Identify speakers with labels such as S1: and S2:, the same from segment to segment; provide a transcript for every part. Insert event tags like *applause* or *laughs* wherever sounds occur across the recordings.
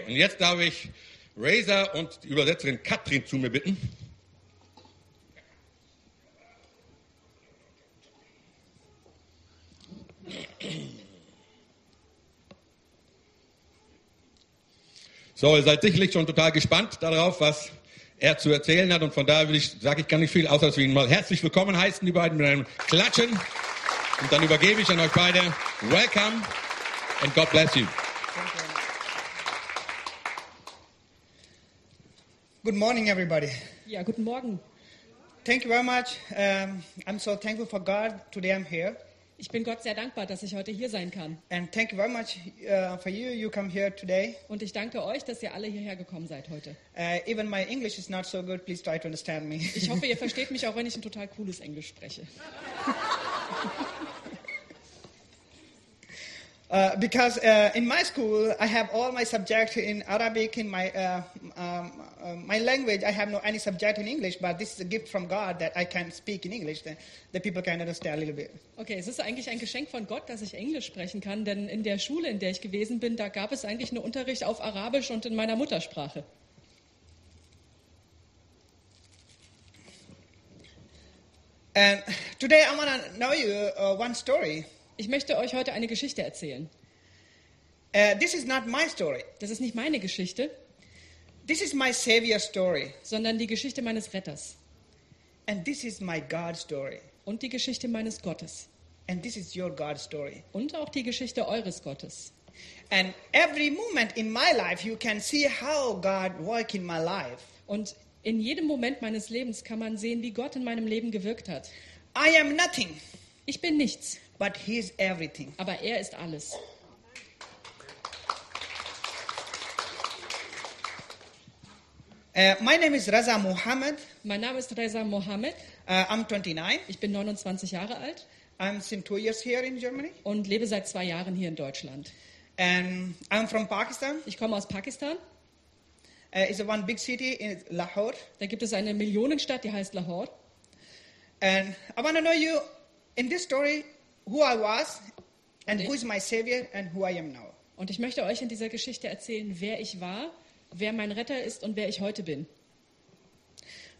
S1: Und jetzt darf ich Razor und die Übersetzerin Katrin zu mir bitten. So, ihr seid sicherlich schon total gespannt darauf, was er zu erzählen hat. Und von daher will ich, sage ich gar nicht viel, außer dass wir ihn mal herzlich willkommen heißen, die beiden mit einem Klatschen. Und dann übergebe ich an euch beide. Welcome and God bless you.
S2: Good morning, everybody.
S3: Ja, guten Morgen.
S2: Thank you very much. Um, I'm so thankful for God. Today I'm here.
S3: Ich bin Gott sehr dankbar, dass ich heute hier sein kann.
S2: And thank you very much uh, for you. You come here today.
S3: Und ich danke euch, dass ihr alle hierher gekommen seid heute.
S2: Uh, even my English is not so good. Please try to understand me. *laughs*
S3: Ich hoffe, ihr versteht mich, auch wenn ich ein total cooles Englisch spreche.
S2: Uh, because uh, in my school, I have all my subject in Arabic, in my, uh, um, uh, my language. I have no any subject in English, but this is a gift from God that I can speak in English, that the people can understand a little bit.
S3: Okay, es ist eigentlich ein Geschenk von Gott, dass ich Englisch sprechen kann, denn in der Schule, in der ich gewesen bin, da gab es eigentlich nur Unterricht auf Arabisch und in meiner Muttersprache.
S2: And today I want to know you uh, one story.
S3: Ich möchte euch heute eine Geschichte erzählen.
S2: Uh, this is not my story.
S3: Das ist nicht meine Geschichte,
S2: This is my Savior's story,
S3: sondern die Geschichte meines Retters
S2: and this is my God story,
S3: und die Geschichte meines Gottes
S2: and this is your God story.
S3: und auch die Geschichte eures Gottes.
S2: And every moment in my life, you can see how God work in my life.
S3: Und in jedem Moment meines Lebens kann man sehen, wie Gott in meinem Leben gewirkt hat.
S2: I am nothing,
S3: Ich bin nichts,
S2: but He is everything.
S3: aber er ist alles.
S2: Uh, my name is Raza Muhammad.
S3: Mein Name ist Reza Mohammed,
S2: Uh, I'm 29.
S3: ich bin 29 Jahre alt
S2: I'm since two years here in Germany,
S3: und lebe seit zwei Jahren hier in Deutschland.
S2: and I'm from Pakistan.
S3: Ich komme aus Pakistan,
S2: Uh, it's a one big city in Lahore.
S3: da gibt es eine Millionenstadt, die heißt Lahore.
S2: And I want to know you in this story who I was and who is my savior and who I am now.
S3: Und ich möchte euch in dieser Geschichte erzählen, wer ich war, wer mein Retter ist und wer ich heute bin.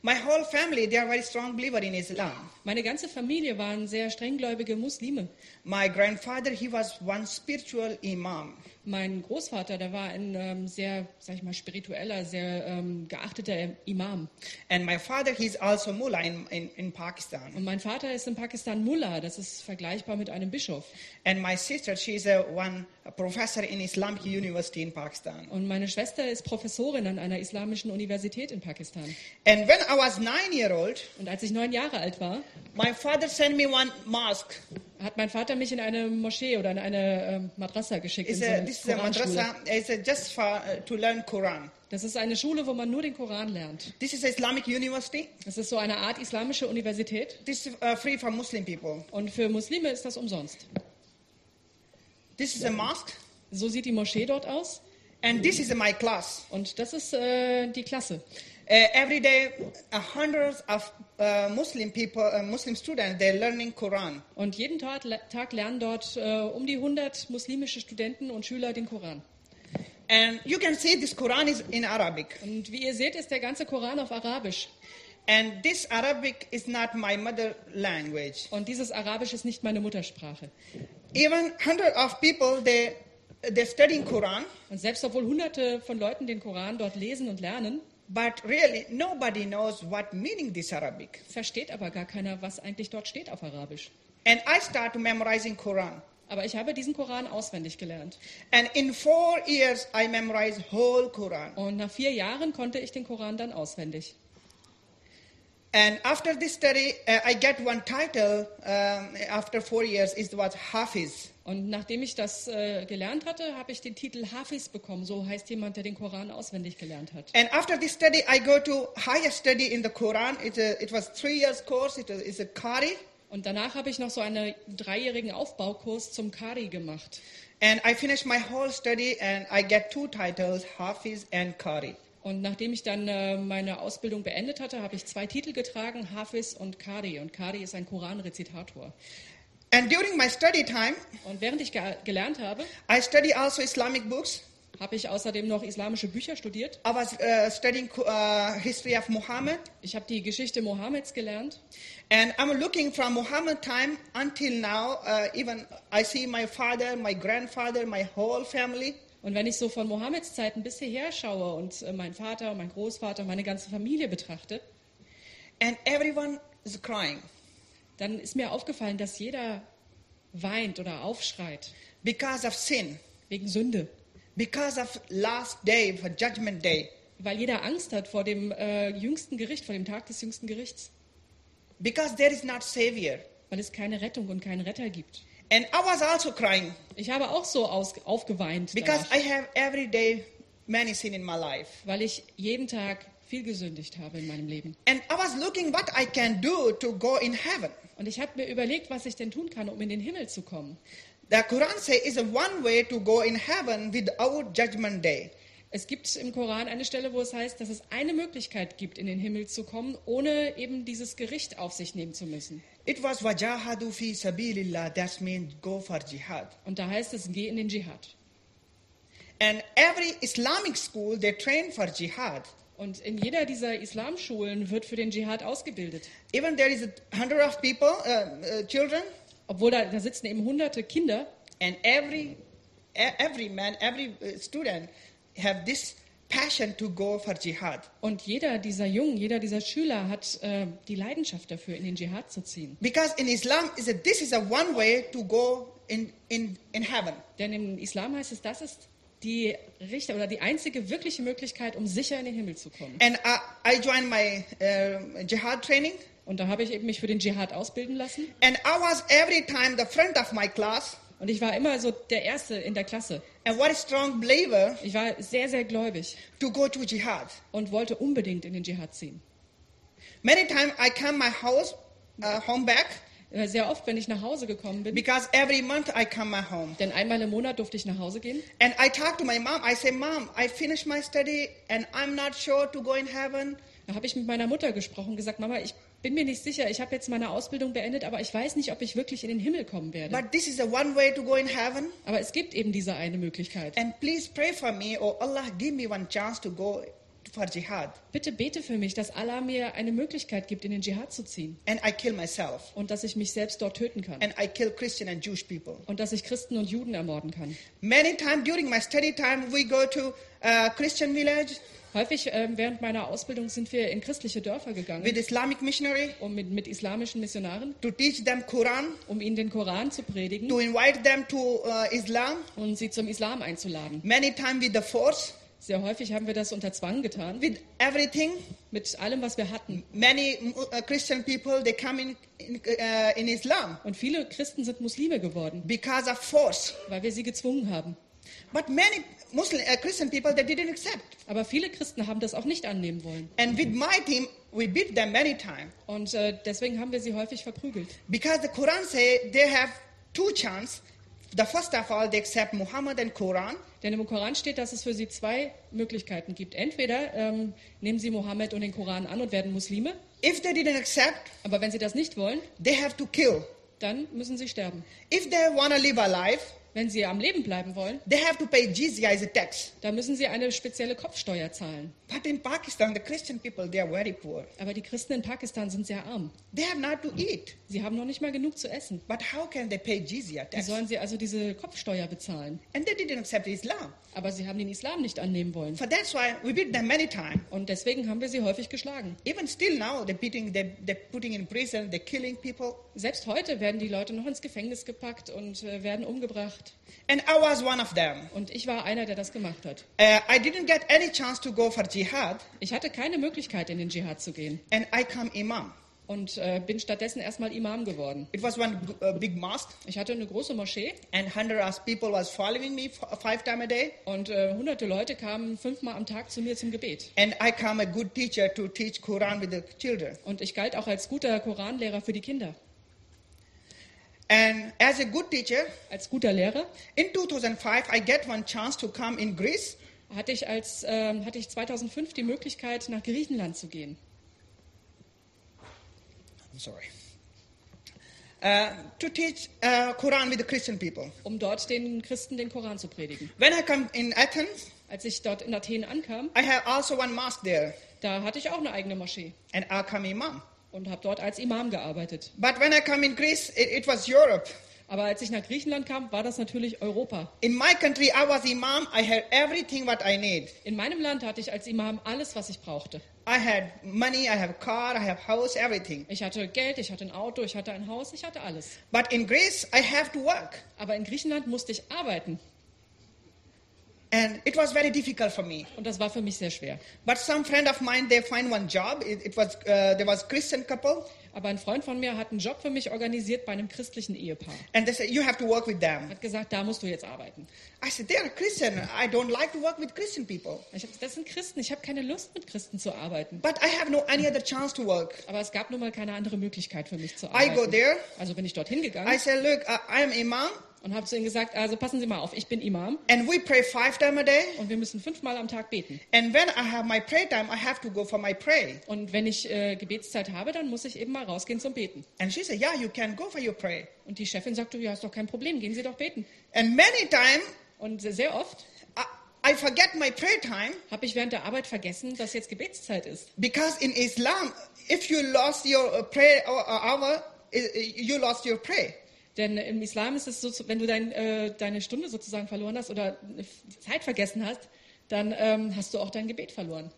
S2: My whole family, they are very strong believer in Islam.
S3: Meine ganze Familie waren sehr strenggläubige Muslime.
S2: My grandfather, he was one spiritual imam.
S3: Mein Großvater, der war ein ähm, sehr, sag ich mal, spiritueller, sehr ähm, geachteter Imam.
S2: And my father, he's also mullah in, in, in Pakistan.
S3: Und mein Vater ist in Pakistan Mullah, das ist vergleichbar mit einem Bischof.
S2: And my sister, she's a one professor in Islamic University in Pakistan.
S3: Und meine Schwester ist Professorin an einer islamischen Universität in Pakistan.
S2: And when I was nine year old,
S3: Und als ich neun Jahre alt war,
S2: my father sent me one mosque.
S3: hat mein Vater mich in eine Moschee oder in eine ähm, Madrasa geschickt.
S2: It's
S3: in so
S2: a,
S3: eine
S2: this is a
S3: Koranschule.
S2: madrasa. It's a, just for, uh, to learn Quran.
S3: Das ist eine Schule, wo man nur den Koran lernt.
S2: This is Islamic University.
S3: Das ist so eine Art islamische Universität.
S2: This is uh, free for Muslim people.
S3: Und für Muslime ist das umsonst.
S2: This is a mosque,
S3: So sieht die Moschee dort aus.
S2: and this is my class.
S3: Und das ist äh, die Klasse.
S2: Uh, every day, uh, hundreds of uh, Muslim people, uh, Muslim students, they're learning Quran.
S3: Und jeden Tag, Tag lernen dort äh, um die 100 muslimische Studenten und Schüler den Koran.
S2: And you can see this Quran is in Arabic.
S3: Und wie ihr seht, ist der ganze Koran auf Arabisch.
S2: And this Arabic is not my mother language.
S3: Und dieses Arabisch ist nicht meine Muttersprache.
S2: Even hundred of people, they they're studying Quran,
S3: Und selbst obwohl Hunderte von Leuten den Koran dort lesen und lernen,
S2: but really nobody knows what meaning this Arabic.
S3: versteht aber gar keiner, was eigentlich dort steht auf Arabisch.
S2: And I start memorizing Quran.
S3: Aber ich habe diesen Koran auswendig gelernt.
S2: And in four years, I memorized whole Quran.
S3: Und nach vier Jahren konnte ich den Koran dann auswendig.
S2: And after this study, uh, I get one title um, after four years. It was Hafiz.
S3: Und nachdem ich das äh, gelernt hatte, habe ich den Titel Hafiz bekommen. So heißt jemand, der den Koran auswendig gelernt hat.
S2: And after this study, I go to higher study in the Quran. It, uh, it was three years course. It is a Qari.
S3: Und danach habe ich noch so einen dreijährigen Aufbaukurs zum Kari gemacht.
S2: And I finish my whole study, and I get two titles, Hafiz and Qari.
S3: Und nachdem ich dann äh, meine Ausbildung beendet hatte, habe ich zwei Titel getragen, Hafiz und Kari. Und Kari ist ein Koranrezitator.
S2: And during my study time,
S3: Und während ich ge gelernt habe,
S2: I study also Islamic books.
S3: habe ich außerdem noch islamische Bücher studiert.
S2: I was uh, studying uh, history of Muhammad,
S3: Ich habe die Geschichte Mohammeds gelernt.
S2: and I'm looking from Muhammad time until now. Uh, even I see my father, my grandfather, my whole family.
S3: Und wenn ich so von Mohammeds Zeiten bis hierher schaue und äh, meinen Vater, meinen Großvater, meine ganze Familie betrachte,
S2: and everyone is crying
S3: dann ist mir aufgefallen, dass jeder weint oder aufschreit
S2: because of sin,
S3: wegen Sünde,
S2: because of last day, for judgment day,
S3: weil jeder Angst hat vor dem äh, jüngsten Gericht, vor dem Tag des jüngsten Gerichts,
S2: because there is not savior.
S3: weil es keine Rettung und keinen Retter gibt.
S2: And I was also crying
S3: Ich habe auch so aus, aufgeweint,
S2: because
S3: danach,
S2: I have every day many sin in my life.
S3: weil ich jeden Tag viel gesündigt habe in meinem Leben.
S2: And I was looking what I can do to go in heaven.
S3: Und ich habe mir überlegt, was ich denn tun kann, um in den Himmel zu kommen.
S2: The Quran says is a one way to go in heaven without judgment day.
S3: Es gibt im Koran eine Stelle, wo es heißt, dass es eine Möglichkeit gibt, in den Himmel zu kommen, ohne eben dieses Gericht auf sich nehmen zu müssen.
S2: It was wajahadu fi sabilillah. That means go for jihad.
S3: Und da heißt es, geh in den Dschihad.
S2: And every Islamic school they train for jihad.
S3: Und in jeder dieser Islamschulen wird für den Dschihad ausgebildet.
S2: Even there is a hundred of people, uh, uh, children,
S3: Obwohl da, da sitzen eben hunderte Kinder
S2: and every e- every man, every uh, student have this passion to go for jihad.
S3: und jeder dieser Jungen, jeder dieser Schüler hat äh, die Leidenschaft dafür, in den Dschihad zu ziehen.
S2: Because in Islam, is a, this is a one way to go in, in, in heaven.
S3: Denn im Islam heißt es, das ist die Richter oder die einzige wirkliche Möglichkeit, um sicher in den Himmel zu kommen.
S2: And I, I joined my uh, jihad training,
S3: Und da habe ich eben mich für den Dschihad ausbilden lassen.
S2: and I was every time the front of my class,
S3: Und ich war immer so der Erste in der Klasse.
S2: and what a strong believer
S3: Ich war sehr, sehr gläubig
S2: to go to jihad.
S3: und wollte unbedingt in den Dschihad ziehen.
S2: Many times I come my house, uh, home back,
S3: Äh, Sehr oft, wenn ich nach Hause gekommen bin,
S2: because every month I come my home.
S3: denn einmal im Monat durfte ich nach Hause gehen.
S2: And I talk to my mom. I say, Mom, I finished my study and I'm not sure to go in heaven.
S3: Da habe ich mit meiner Mutter gesprochen, gesagt, Mama, ich bin mir nicht sicher, ich habe jetzt meine Ausbildung beendet, aber ich weiß nicht, ob ich wirklich in den Himmel kommen werde.
S2: But this is the one way to go in heaven.
S3: Aber es gibt eben diese eine Möglichkeit.
S2: And please pray for me, or Allah give me one chance to go for jihad.
S3: Bitte bete für mich, dass Allah mir eine Möglichkeit gibt, in den Dschihad zu ziehen
S2: And I kill myself.
S3: und dass ich mich selbst dort töten kann
S2: And I kill Christian and Jewish people.
S3: und dass ich Christen und Juden ermorden kann.
S2: Many times during my study time, we go to uh, Christian village
S3: Häufig ähm, während meiner Ausbildung sind wir in christliche Dörfer
S2: with
S3: gegangen,
S2: Islamic missionary
S3: um mit, mit islamischen Missionaren,
S2: to teach them Quran,
S3: um ihnen den Koran zu predigen
S2: to invite them to uh, Islam.
S3: und sie zum Islam einzuladen.
S2: Many times with the force,
S3: Sehr häufig haben wir das unter Zwang getan,
S2: with everything.
S3: mit allem, was wir hatten.
S2: many uh, Christian people they come in in, uh, in Islam
S3: Und viele Christen sind Muslime geworden,
S2: because of force.
S3: weil wir sie gezwungen haben.
S2: But many Muslim uh, Christian people they didn't accept.
S3: Aber viele Christen haben das auch nicht annehmen wollen.
S2: And with my team, we beat them many times
S3: Und äh, deswegen haben wir sie häufig verprügelt.
S2: because the Quran say they have two chance. The first of all, they accept Muhammad and Quran,
S3: Denn im Koran steht, dass es für sie zwei Möglichkeiten gibt. Entweder ähm, nehmen sie Mohammed und den Koran an und werden Muslime,
S2: if they didn't accept,
S3: aber wenn sie das nicht wollen,
S2: they have to kill.
S3: dann müssen sie sterben.
S2: If they want to live a life,
S3: Wenn sie am Leben bleiben wollen,
S2: they have to pay jizya as a tax.
S3: dann müssen sie eine spezielle Kopfsteuer zahlen.
S2: But in Pakistan, the Christian people they are very poor.
S3: Aber die Christen in Pakistan sind sehr arm.
S2: They have not to eat.
S3: Sie haben noch nicht mal genug zu essen.
S2: But how can they pay jizya
S3: Wie
S2: tax?
S3: sollen sie also diese Kopfsteuer bezahlen?
S2: And they didn't accept Islam.
S3: Aber sie haben den Islam nicht annehmen wollen.
S2: For that's why we beat them many times.
S3: Und deswegen haben wir sie häufig geschlagen.
S2: Even still now, they're beating, they, they're putting in prison, they're killing people.
S3: Selbst heute werden die Leute noch ins Gefängnis gepackt und äh, werden umgebracht.
S2: And I was one of them.
S3: Und ich war einer, der das gemacht hat.
S2: Uh, I didn't get any chance to go for jihad,
S3: Ich hatte keine Möglichkeit, in den Dschihad zu gehen
S2: and I come imam.
S3: und äh, bin stattdessen erstmal Imam geworden.
S2: It was one g- uh, big mosque,
S3: Ich hatte eine große Moschee
S2: and hundred of people was following me f- five times a day.
S3: und äh, hunderte Leute kamen fünfmal am Tag zu mir zum Gebet.
S2: And I come a good teacher to teach Quran with the children.
S3: Und ich galt auch als guter Koranlehrer für die Kinder.
S2: And as a good teacher,
S3: Als guter Lehrer
S2: in 2005, I get one chance to come in Greece.
S3: hatte ich, als, ähm, hatte ich 2005 die Möglichkeit, nach Griechenland zu gehen.
S2: I'm sorry. Uh, to teach uh, Quran with the Christian people.
S3: um dort den Christen den Koran zu predigen.
S2: When I come in Athens,
S3: als ich dort in Athen ankam,
S2: I have also one mosque there,
S3: da hatte ich auch eine eigene Moschee
S2: an Akam Imam.
S3: und habe dort als Imam gearbeitet.
S2: But when I come in Greece, it, it was Europe.
S3: Aber als ich nach Griechenland kam, war das natürlich Europa.
S2: In my country, I was Imam. I had everything what I need.
S3: In meinem Land hatte ich als Imam alles, was ich brauchte.
S2: I had money, I have car, I have house, everything.
S3: Ich hatte Geld, ich hatte ein Auto, ich hatte ein Haus, ich hatte alles.
S2: But in Greece, I have to work.
S3: Aber in Griechenland musste ich arbeiten
S2: And it was very difficult for me.
S3: und das war für mich sehr schwer.
S2: But some friend of mine, they find one job. It, it was, uh, there was Christian couple.
S3: Aber ein Freund von mir hat einen Job für mich organisiert bei einem christlichen Ehepaar.
S2: And they said, you have to work with them.
S3: Hat gesagt, da musst du jetzt arbeiten.
S2: I said, they are Christian. I don't like to work with Christian people.
S3: Ich hab, gesagt, das sind Christen, ich habe keine Lust, mit Christen zu arbeiten.
S2: But I have no any other chance to work.
S3: Aber es gab nun mal keine andere Möglichkeit für mich
S2: I
S3: zu arbeiten.
S2: go there.
S3: Also bin ich dort hingegangen
S2: I said, look, I, I am Imam.
S3: und habe zu ihm gesagt, also passen Sie mal auf, ich bin Imam
S2: And we pray five times a day.
S3: und wir müssen fünfmal am Tag beten.
S2: And when I have my prayer time, I have to go for my pray.
S3: Und wenn ich äh, Gebetszeit habe, dann muss ich eben mal rausgehen zum Beten.
S2: And she said, yeah, you can go for your prayer.
S3: Und die Chefin sagte, ja, ist doch kein Problem, gehen Sie doch beten.
S2: And many time,
S3: Und sehr- sehr oft
S2: I, I forget my prayer time
S3: habe ich während der Arbeit vergessen, dass jetzt Gebetszeit ist.
S2: because in Islam, if you lost your uh, prayer hou- hour, i- i- you lost your prayer.
S3: Denn im Islam ist es so, wenn du dein, äh, deine Stunde sozusagen verloren hast oder eine Zeit vergessen hast, dann ähm, hast du auch dein Gebet verloren.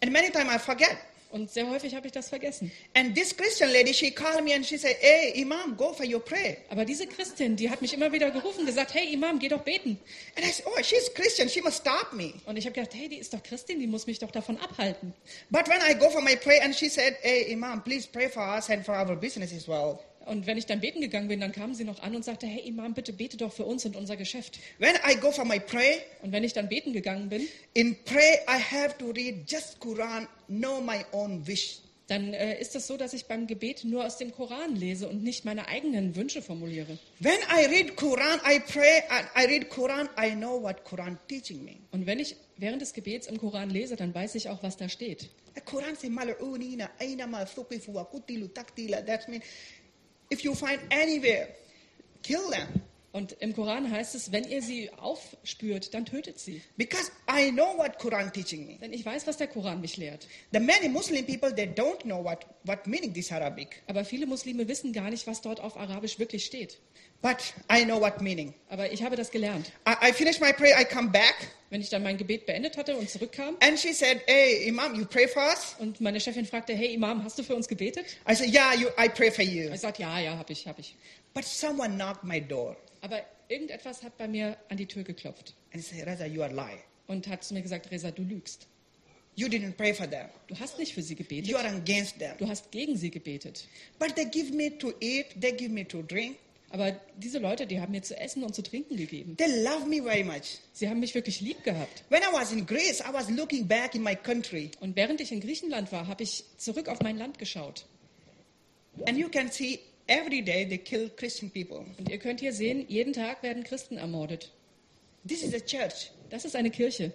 S2: And many time I forget.
S3: Und sehr häufig habe ich das vergessen.
S2: And this Christian lady, she called me and she said, hey, Imam, go for your prayer.
S3: Aber diese Christin, die hat mich immer wieder gerufen, gesagt, hey Imam, geh doch beten.
S2: And I said, oh, she's Christian. She must stop me.
S3: Und ich habe gedacht, hey, die ist doch Christin, die muss mich doch davon abhalten.
S2: But when I go for my prayer and she said, hey, Imam, please pray for us and for our business as well.
S3: Und wenn ich dann beten gegangen bin, dann kam sie noch an und sagte, hey Imam, bitte bete doch für uns und unser Geschäft.
S2: When I go for my prayer,
S3: Und wenn ich dann beten gegangen bin,
S2: In prayer, I have to read just Quran, know my own wish.
S3: dann äh, ist es so, dass ich beim Gebet nur aus dem Koran lese und nicht meine eigenen Wünsche formuliere.
S2: When I read Quran, I pray and I read Quran, I know what Quran teaching me.
S3: Und wenn ich während des Gebets im Koran lese, dann weiß ich auch, was da steht.
S2: The Quran says, "Mal'unina aynama thuqifu wa qutilu taqtila." That means, if you find anywhere, kill them.
S3: Und im Koran heißt es, wenn ihr sie aufspürt, dann tötet sie.
S2: Because I know what Quran teaching me.
S3: Denn ich weiß, was der Koran mich lehrt.
S2: The many Muslim people they don't know what what meaning this Arabic,
S3: Aber viele Muslime wissen gar nicht, was dort auf Arabisch wirklich steht.
S2: but I know what meaning.
S3: Aber ich habe das gelernt.
S2: I, I finish my prayer, I come back,
S3: Wenn ich dann mein Gebet beendet hatte und zurückkam
S2: and she said, "Hey, Imam, you pray for us."
S3: und meine Chefin fragte, hey Imam, hast du für uns gebetet?
S2: I said, Yeah, you, I pray for you.
S3: Ich sagte, ja, ja, habe ich, habe ich.
S2: But someone knocked my door
S3: Aber irgendetwas hat bei mir an die Tür geklopft
S2: and said, Raza, you are lying.
S3: und hat zu mir gesagt, Reza, du lügst.
S2: You didn't pray for them.
S3: Du hast nicht für sie
S2: You
S3: gebetet,
S2: are against them.
S3: du hast gegen sie gebetet.
S2: But they give me to eat, they give me to drink.
S3: Aber diese Leute, die haben mir zu essen und zu trinken gegeben.
S2: They love me very much.
S3: Sie haben mich wirklich lieb gehabt.
S2: When I was in Greece, I was looking back in my country,
S3: Und während ich in Griechenland war, habe ich zurück auf mein Land geschaut.
S2: and you can see every day they kill Christian people.
S3: Und ihr könnt hier sehen, jeden Tag werden Christen ermordet.
S2: This is a church.
S3: Das ist eine Kirche.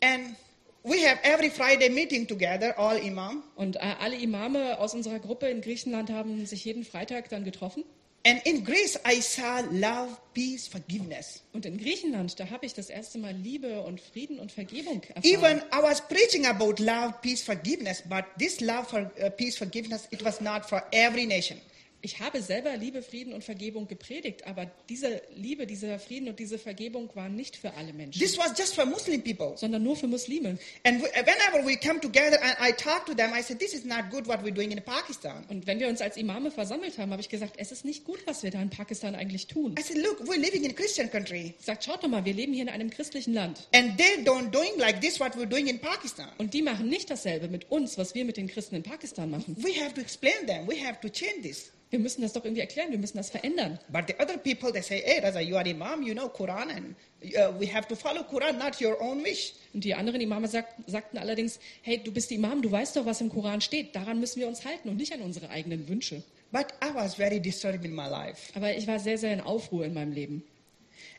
S2: And we have every Friday meeting together, all imam.
S3: Und äh, alle Imame aus unserer Gruppe in Griechenland haben sich jeden Freitag dann getroffen.
S2: And in Greece, I saw love, peace, forgiveness.
S3: Und in Griechenland, da habe ich das erste Mal Liebe und Frieden und Vergebung erfahren.
S2: Even I was preaching about love, peace, forgiveness, but this love for uh, peace, forgiveness, it was not for every nation.
S3: ich habe selber Liebe, Frieden und Vergebung gepredigt, aber diese Liebe, dieser Frieden und diese Vergebung waren nicht für alle Menschen,
S2: This was just for Muslim people.
S3: sondern nur für Muslime.
S2: And we, whenever we come together and I talk to them, I said, this is not good what we're doing in Pakistan.
S3: Und wenn wir uns als Imame versammelt haben, habe ich gesagt, es ist nicht gut, was wir da in Pakistan eigentlich tun.
S2: I said, look, we're living in Christian country,
S3: Ich sage, schaut doch mal, wir leben hier in einem christlichen Land.
S2: and they don't doing like this what we're doing in Pakistan.
S3: Und die machen nicht dasselbe mit uns, was wir mit den Christen in Pakistan machen.
S2: We have to explain them. We have to change this.
S3: Wir müssen das doch irgendwie erklären, wir müssen das verändern.
S2: But the other people, they say, hey, Raza, you are imam, you know Quran, and uh, we have to follow Quran, not your own wish.
S3: Und die anderen Imame sagt, sagten allerdings, hey, du bist Imam, du weißt doch, was im Koran steht. Daran müssen wir uns halten und nicht an unsere eigenen Wünsche.
S2: But I was very disturbed in my life.
S3: Aber ich war sehr, sehr in Aufruhr in meinem Leben.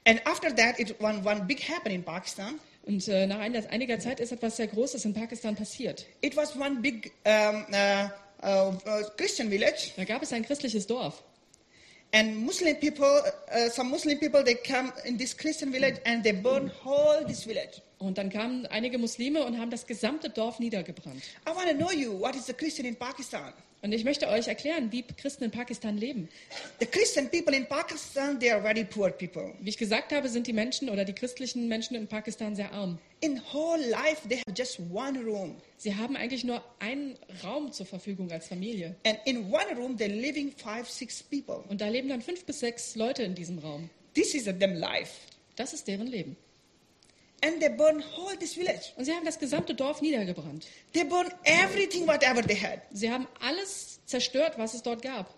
S2: And after that, it one one big happen in Pakistan.
S3: Und äh, nach einer, einiger Zeit ist etwas sehr Großes in Pakistan passiert.
S2: It was one big um, uh, uh, uh, Christian village,
S3: Da gab es ein christliches Dorf.
S2: And Muslim people, uh, some Muslim people, they come in this Christian village and they burn whole this village.
S3: Und dann kamen einige Muslime und haben das gesamte Dorf niedergebrannt.
S2: I want to know you, what is the Christian in Pakistan?
S3: Und ich möchte euch erklären, wie Christen in Pakistan leben.
S2: The Christian people in Pakistan, they are very poor people.
S3: Wie ich gesagt habe, sind die Menschen oder die christlichen Menschen in Pakistan sehr arm.
S2: In whole life, they have just one room.
S3: Sie haben eigentlich nur einen Raum zur Verfügung als Familie.
S2: And in one room, they're living five, six people.
S3: Und da leben dann fünf bis sechs Leute in diesem Raum.
S2: This is them life.
S3: Das ist deren Leben.
S2: And they burn whole this village.
S3: Und sie haben das gesamte Dorf niedergebrannt.
S2: They burn everything, whatever they had.
S3: Sie haben alles zerstört, was es dort gab.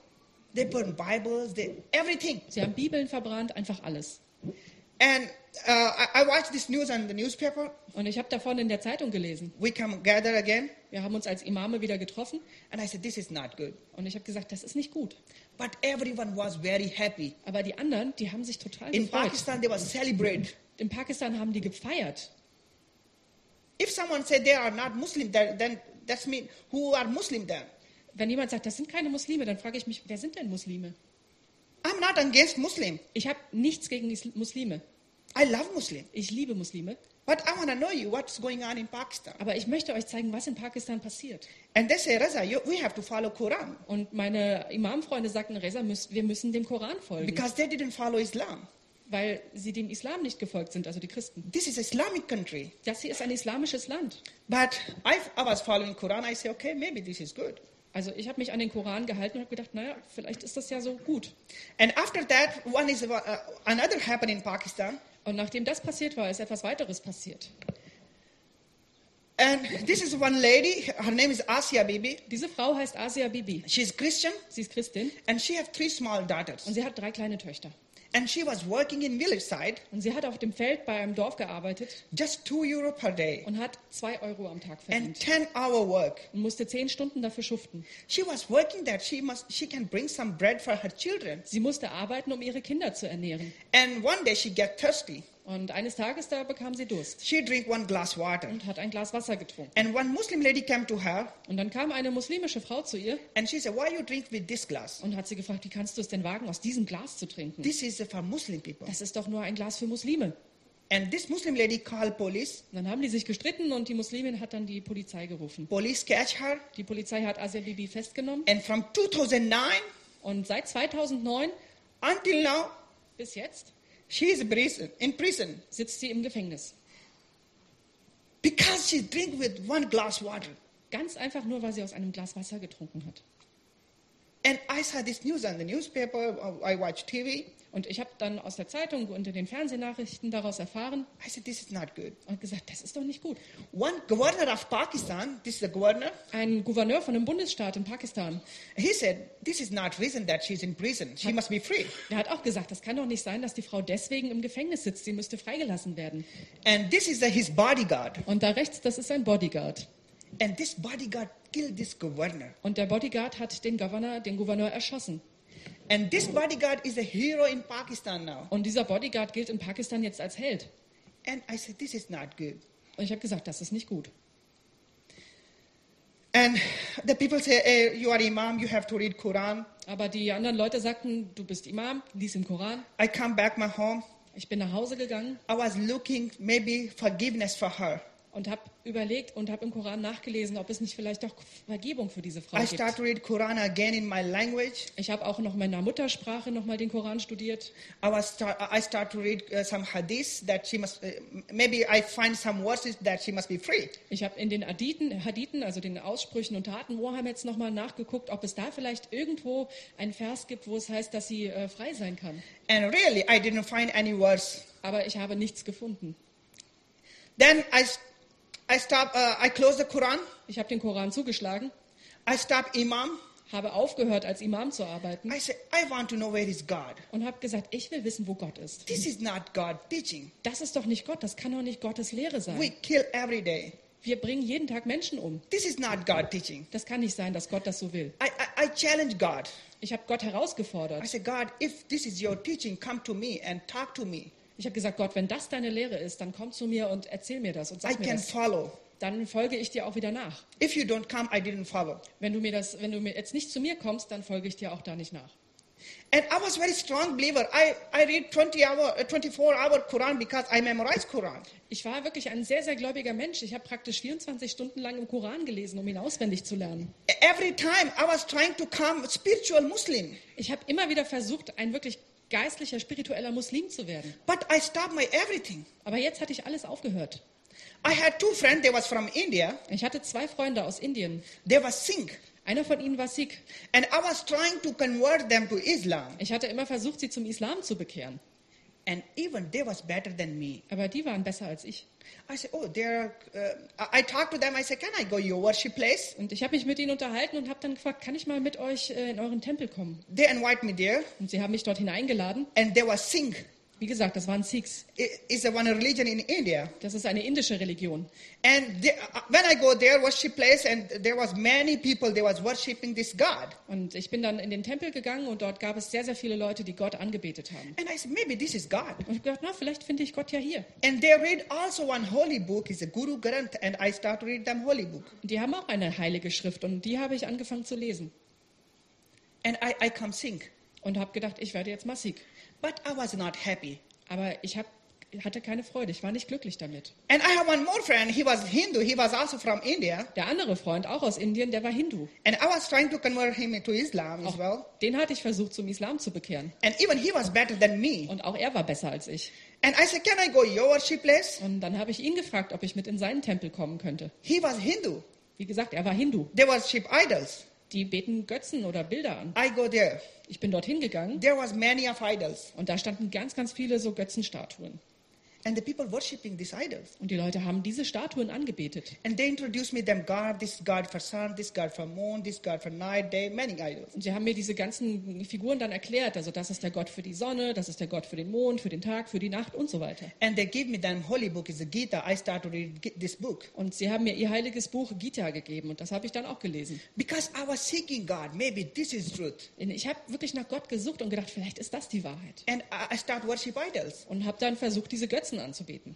S2: They burn Bibles, they, everything.
S3: Sie haben Bibeln verbrannt, einfach alles.
S2: And uh, I, I watched this news on the newspaper.
S3: Und ich habe davon in der Zeitung gelesen.
S2: We come gather again.
S3: Wir haben uns als Imame wieder getroffen
S2: And I said, this is not good.
S3: und ich habe gesagt, das ist nicht gut.
S2: But everyone was very happy.
S3: Aber die anderen, die haben sich total
S2: In
S3: gefreut.
S2: Pakistan, they were celebrate.
S3: In Pakistan haben die gefeiert.
S2: If someone said they are not Muslim, then, then that's mean who are Muslim then?
S3: Wenn jemand sagt, das sind keine Muslime, dann frage ich mich, wer sind denn Muslime?
S2: I'm not against Muslim.
S3: Ich habe nichts gegen Is- Muslime.
S2: I love Muslim.
S3: Ich liebe Muslime.
S2: But I want to know you what's going on in Pakistan.
S3: Aber ich möchte euch zeigen, was in Pakistan passiert.
S2: And they say, Raza, you, we have to follow Quran
S3: Und meine Imamfreunde sagten, Reza, müsst- wir müssen dem Koran folgen,
S2: because they didn't follow Islam.
S3: weil sie dem Islam nicht gefolgt sind, also die Christen.
S2: This is Islamic country.
S3: Das hier ist ein islamisches Land.
S2: But I, I was following Quran. I say, okay, maybe this is good.
S3: Also ich habe mich an den Koran gehalten und habe gedacht, naja, vielleicht ist das ja so gut.
S2: And after that, one is uh, another happened in Pakistan.
S3: Und nachdem das passiert war, ist etwas weiteres passiert.
S2: And this is one lady. Her name is Asia Bibi.
S3: Diese Frau heißt Asia Bibi.
S2: She's Christian,
S3: Sie ist Christin
S2: and she have three small
S3: und
S2: daughters.
S3: sie hat drei kleine Töchter.
S2: And she was working in village side,
S3: Und sie hat auf dem Feld bei einem Dorf gearbeitet
S2: just two euro per day,
S3: und hat zwei Euro am Tag
S2: and
S3: verdient
S2: ten hour work.
S3: und musste zehn Stunden dafür schuften.
S2: She was working that she must she can bring some bread for her children.
S3: Sie musste arbeiten, um ihre Kinder zu ernähren.
S2: And one day she get thirsty.
S3: Und eines Tages da bekam sie Durst
S2: She drink one glass water.
S3: und hat ein Glas Wasser getrunken.
S2: And one Muslim lady came to her
S3: Und dann kam eine muslimische Frau zu ihr
S2: and she said, "Why you drink with this glass?
S3: und hat sie gefragt, wie kannst du es denn wagen, aus diesem Glas zu trinken?
S2: This is for Muslim people."
S3: Das ist doch nur ein Glas für Muslime.
S2: And this Muslim lady called police.
S3: Und dann haben die sich gestritten und die Muslimin hat dann die Polizei gerufen.
S2: Police catch her.
S3: Die Polizei hat Asia Bibi festgenommen
S2: And from 2009
S3: und seit 2009
S2: until now,
S3: bis jetzt
S2: she is prison- in prison
S3: sitzt sie im Gefängnis.
S2: because she drink with one glass water.
S3: Ganz einfach nur, weil sie aus einem Glas Wasser getrunken hat.
S2: And I saw this news on the newspaper. uh, I watched TV.
S3: Und ich habe dann aus der Zeitung und in den Fernsehnachrichten daraus erfahren
S2: I said, "This is not good."
S3: und gesagt, das ist doch nicht gut.
S2: One governor of Pakistan, this is the governor,
S3: Ein Gouverneur von einem Bundesstaat in Pakistan,
S2: he said, "This is not reason that she's in prison. She must be free."
S3: der hat auch gesagt, das kann doch nicht sein, dass die Frau deswegen im Gefängnis sitzt. Sie müsste freigelassen werden.
S2: And this is the, his bodyguard.
S3: Und da rechts, das ist sein Bodyguard.
S2: And this bodyguard killed this governor.
S3: Und der Bodyguard hat den Gouverneur, den Gouverneur erschossen.
S2: And this bodyguard is a hero in Pakistan now.
S3: Und dieser Bodyguard gilt in Pakistan jetzt als Held.
S2: And I said, "This is not good."
S3: Und ich habe gesagt, das ist nicht gut.
S2: And the people say, hey, "You are imam. You have to read Quran."
S3: Aber die anderen Leute sagten, du bist Imam, lies im Koran.
S2: I come back my home.
S3: Ich bin nach Hause gegangen
S2: I was looking maybe forgiveness for her.
S3: und habe überlegt und habe im Koran nachgelesen, ob es nicht vielleicht doch Vergebung für diese Frau
S2: I
S3: gibt.
S2: start to read Quran again in my language.
S3: Ich habe auch noch in meiner Muttersprache nochmal den Koran studiert.
S2: I was start, I start to read uh, some hadiths that she must uh, maybe I find some verses that she must be free.
S3: Ich habe in den Aditen, Hadithen, also den Aussprüchen und Taten Mohammeds nochmal nachgeguckt, ob es da vielleicht irgendwo einen Vers gibt, wo es heißt, dass sie äh, frei sein kann.
S2: And really, I didn't find any verse.
S3: Aber ich habe nichts gefunden.
S2: Then I s- I stop uh, I close the Quran.
S3: Ich habe den Koran zugeschlagen,
S2: I stop Imam.
S3: habe aufgehört, als Imam zu arbeiten
S2: I say I want to know where is God.
S3: und habe gesagt, ich will wissen, wo Gott ist.
S2: This is not God teaching.
S3: Das ist doch nicht Gott, das kann doch nicht Gottes Lehre
S2: We
S3: sein.
S2: kill every day.
S3: Wir bringen jeden Tag Menschen um.
S2: This is not God teaching.
S3: Das kann nicht sein, dass Gott das so will.
S2: I, I, I challenge God.
S3: Ich habe Gott
S2: I
S3: herausgefordert.
S2: say, God, if this is your teaching, come to me and talk to me.
S3: Ich habe gesagt, Gott, wenn das deine Lehre ist, dann komm zu mir und erzähl mir das und
S2: I
S3: sag mir
S2: can
S3: das.
S2: follow.
S3: Dann folge ich dir auch wieder nach.
S2: If you don't come, I didn't follow.
S3: Wenn du mir das, wenn du mir jetzt nicht zu mir kommst, dann folge ich dir auch da nicht nach.
S2: And I was very strong believer. I, I read 20 hour, uh, 24 hour Quran because I memorized Quran.
S3: Ich war wirklich ein sehr, sehr gläubiger Mensch. Ich habe praktisch 24 Stunden lang im Koran gelesen, um ihn auswendig zu lernen.
S2: Every time I was trying to become spiritual Muslim,
S3: Ich habe immer wieder versucht, ein wirklich geistlicher, spiritueller Muslim zu werden.
S2: but I stopped my everything.
S3: Aber jetzt hatte ich alles aufgehört.
S2: I had two friends. They was from India.
S3: Ich hatte zwei Freunde aus Indien.
S2: They was Sikh,
S3: Einer von ihnen war Sikh.
S2: and I was trying to convert them to Islam.
S3: Ich hatte immer versucht, sie zum Islam zu bekehren.
S2: And even they was better than me.
S3: Aber die waren besser als ich.
S2: I said, oh, they're. Uh, I, I talked to them. I said, can I go your worship place?
S3: Und ich habe mich mit ihnen unterhalten und habe dann gefragt, kann ich mal mit euch äh, in euren Tempel kommen?
S2: They invite me there,
S3: Und sie haben mich dorthin eingeladen.
S2: and they was Sikh.
S3: Wie gesagt, das waren Sikhs.
S2: It- It's the one religion in India.
S3: Das ist eine indische Religion.
S2: And the, uh, when I go there, worship place, and there was many people. They was worshiping this God.
S3: Und ich bin dann in den Tempel gegangen und dort gab es sehr, sehr viele Leute, die Gott angebetet haben.
S2: And I said, maybe this is God.
S3: Und ich habe gedacht, na, vielleicht finde ich Gott ja hier.
S2: And they read also one holy book. Is a Guru Granth, and I start to read them holy book.
S3: Und die haben auch eine heilige Schrift und die habe ich angefangen zu lesen.
S2: And I, I come Sikh.
S3: Und habe gedacht, ich werde jetzt mal Sikh.
S2: But I was not happy.
S3: Aber ich hab, hatte keine Freude, ich war nicht glücklich damit.
S2: And I have one more friend. He was Hindu. He was also from India.
S3: Der andere Freund, auch aus Indien, der war Hindu.
S2: And I was trying to convert him to Islam
S3: Oh.
S2: as well.
S3: Auch den hatte ich versucht, zum Islam zu bekehren.
S2: And even he was better than me.
S3: Und auch er war besser als ich.
S2: And I said, Can I go your worship place?
S3: Und dann habe ich ihn gefragt, ob ich mit in seinen Tempel kommen könnte.
S2: He was Hindu.
S3: Wie gesagt, er war Hindu.
S2: They worship idols.
S3: Die beten Götzen oder Bilder an.
S2: I go there.
S3: Ich bin dorthin gegangen
S2: There was many of idols.
S3: und da standen ganz, ganz viele so Götzenstatuen.
S2: And the people worshiping these idols.
S3: Und die Leute haben diese Statuen angebetet.
S2: And they introduced me them God, this God for sun, this God for moon, this God for night, day, many idols.
S3: Und sie haben mir diese ganzen Figuren dann erklärt. Also das ist der Gott für die Sonne, das ist der Gott für den Mond, für den Tag, für die Nacht und so weiter.
S2: And they give me them holy book is the Gita. I start to read Gi- this book.
S3: Und sie haben mir ihr heiliges Buch Gita gegeben und das habe ich dann auch gelesen.
S2: Because I was seeking God. Maybe this is truth.
S3: Denn ich habe wirklich nach Gott gesucht und gedacht, vielleicht ist das die Wahrheit.
S2: And I I start worship idols.
S3: Und habe dann versucht, diese Götzen anzubeten.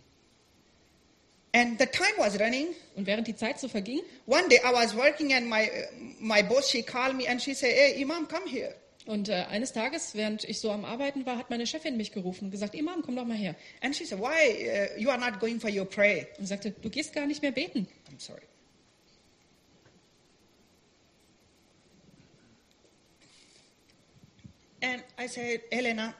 S2: And the time was running.
S3: Und während die Zeit so verging,
S2: One day I was working and my my boss she called me and she said, "Hey, Imam, come here."
S3: und äh, eines Tages, während ich so am Arbeiten war, hat meine Chefin mich gerufen und gesagt, Imam, komm doch mal her.
S2: And she said, "Why uh, you are not going for your prayer?"
S3: Und sagte, du gehst gar nicht mehr beten.
S2: I'm sorry. And I said, Elena,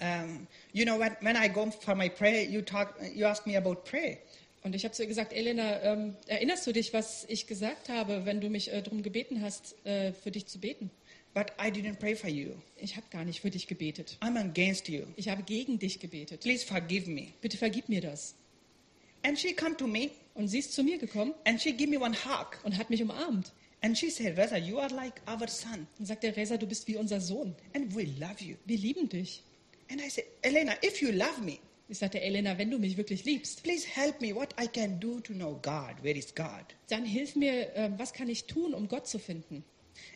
S2: um, you know when, when I go for my prayer, you talk, you ask me about prayer.
S3: Und ich habe zu ihr gesagt, Elena, ähm, erinnerst du dich, was ich gesagt habe, wenn du mich äh, darum gebeten hast, äh, für dich zu beten?
S2: But I didn't pray for you.
S3: Ich habe gar nicht für dich gebetet.
S2: I'm against you.
S3: Ich habe gegen dich gebetet.
S2: Please forgive me.
S3: Bitte vergib mir das.
S2: And she come to me
S3: Und sie ist zu mir gekommen
S2: and she give me one hug.
S3: und hat mich umarmt
S2: And she said, Reza, you are like our son,
S3: und sagte, Reza, du bist wie unser Sohn.
S2: and we love you.
S3: Wir lieben dich.
S2: And I said, Elena, if you love me,
S3: Ich sagte, Elena, wenn du mich wirklich liebst,
S2: please help me what I can do to know God. Where is God?
S3: dann hilf mir, ähm, was kann ich tun, um Gott zu finden?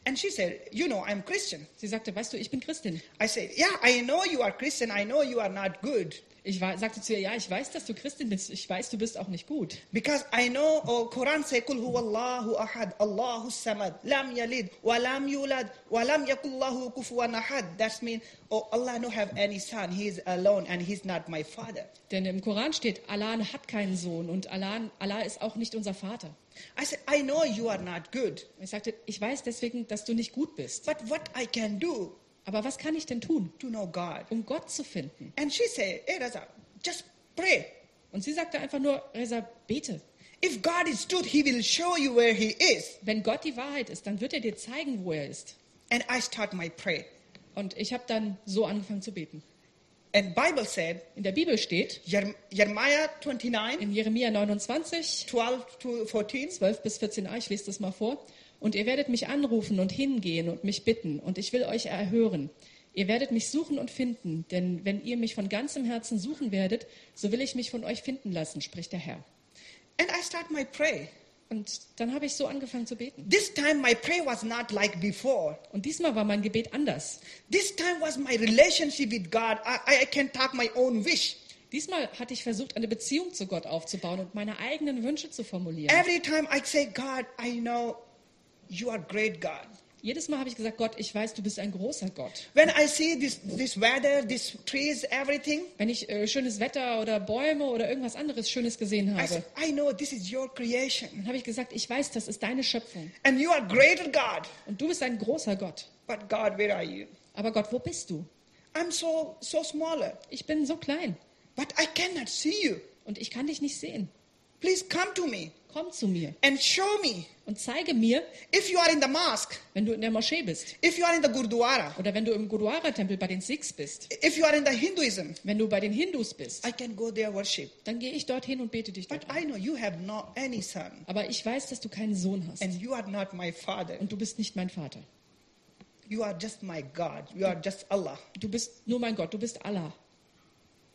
S2: And she said, You know, I'm Christian.
S3: Sie sagte, weißt du, ich bin Christin.
S2: I said, Yeah, I know you are Christian. I know you are not good.
S3: Ich war, sagte zu ihr, ja, ich weiß, dass du Christin bist. Ich weiß, du bist auch nicht gut.
S2: Because I know oh, Quran says, Kul Allahu ahad, Allahu samad, lam yalid, wa lam yulad, wa lam yakullahu kufuwan ahad. That means, oh, Allah no have any son. He is alone and he's not my father.
S3: Denn im Koran steht, Allah hat keinen Sohn und Allah, Allah ist auch nicht unser Vater.
S2: I said, I know you are not good.
S3: Ich sagte, ich weiß deswegen, dass du nicht gut bist.
S2: But what I can do
S3: Aber was kann ich denn tun,
S2: to know God?
S3: um Gott zu finden?
S2: And she said, Hey, Raza, just pray.
S3: Und sie sagte einfach nur, Reza, bete.
S2: If God is truth, He will show you where He is.
S3: Wenn Gott die Wahrheit ist, dann wird er dir zeigen, wo er ist.
S2: And I start my prayer.
S3: Und ich habe dann so angefangen zu beten.
S2: And Bible said,
S3: In der Bibel steht,
S2: Jer- Jeremiah 29,
S3: in Jeremia 29,
S2: 12 to 14,
S3: 12 bis 14a, ich lese das mal vor. Und ihr werdet mich anrufen und hingehen und mich bitten, und ich will euch erhören. Ihr werdet mich suchen und finden, denn wenn ihr mich von ganzem Herzen suchen werdet, so will ich mich von euch finden lassen, spricht der Herr.
S2: and I start my prayer.
S3: Und dann habe ich so angefangen zu beten.
S2: This time my prayer was not like before.
S3: Und diesmal war mein Gebet anders.
S2: This time was my relationship with God. I, I- I can talk my own wish.
S3: Diesmal hatte ich versucht, eine Beziehung zu Gott aufzubauen und meine eigenen Wünsche zu formulieren.
S2: Every time I say, God, I know you are great God.
S3: Jedes Mal habe ich gesagt, Gott, ich weiß, du bist ein großer Gott.
S2: When I see this, this weather, these trees, everything,
S3: Wenn ich äh, schönes Wetter oder Bäume oder irgendwas anderes Schönes gesehen
S2: I,
S3: habe,
S2: say, I know this is your creation.
S3: dann habe ich gesagt, ich weiß, das ist deine Schöpfung.
S2: And you are greater God.
S3: Und du bist ein großer Gott.
S2: But God, where are you?
S3: Aber Gott, wo bist du?
S2: I'm so, so smaller,
S3: Ich bin so klein
S2: but I cannot see you.
S3: und ich kann dich nicht sehen.
S2: Please come to me
S3: Komm zu mir
S2: and show me.
S3: und zeige mir,
S2: If you are in the mosque,
S3: wenn du in der Moschee bist
S2: if you are in the Gurdwara,
S3: oder wenn du im Gurdwara-Tempel bei den Sikhs bist,
S2: if you are in the Hinduism,
S3: wenn du bei den Hindus bist,
S2: I can go there worship.
S3: dann gehe ich dorthin und bete dich
S2: But
S3: dort an.
S2: I know you have not any son,
S3: Aber ich weiß, dass du keinen Sohn hast
S2: and you are not my father.
S3: und du bist nicht mein Vater.
S2: You are just my God. You are just Allah.
S3: Du bist nur mein Gott, du bist Allah.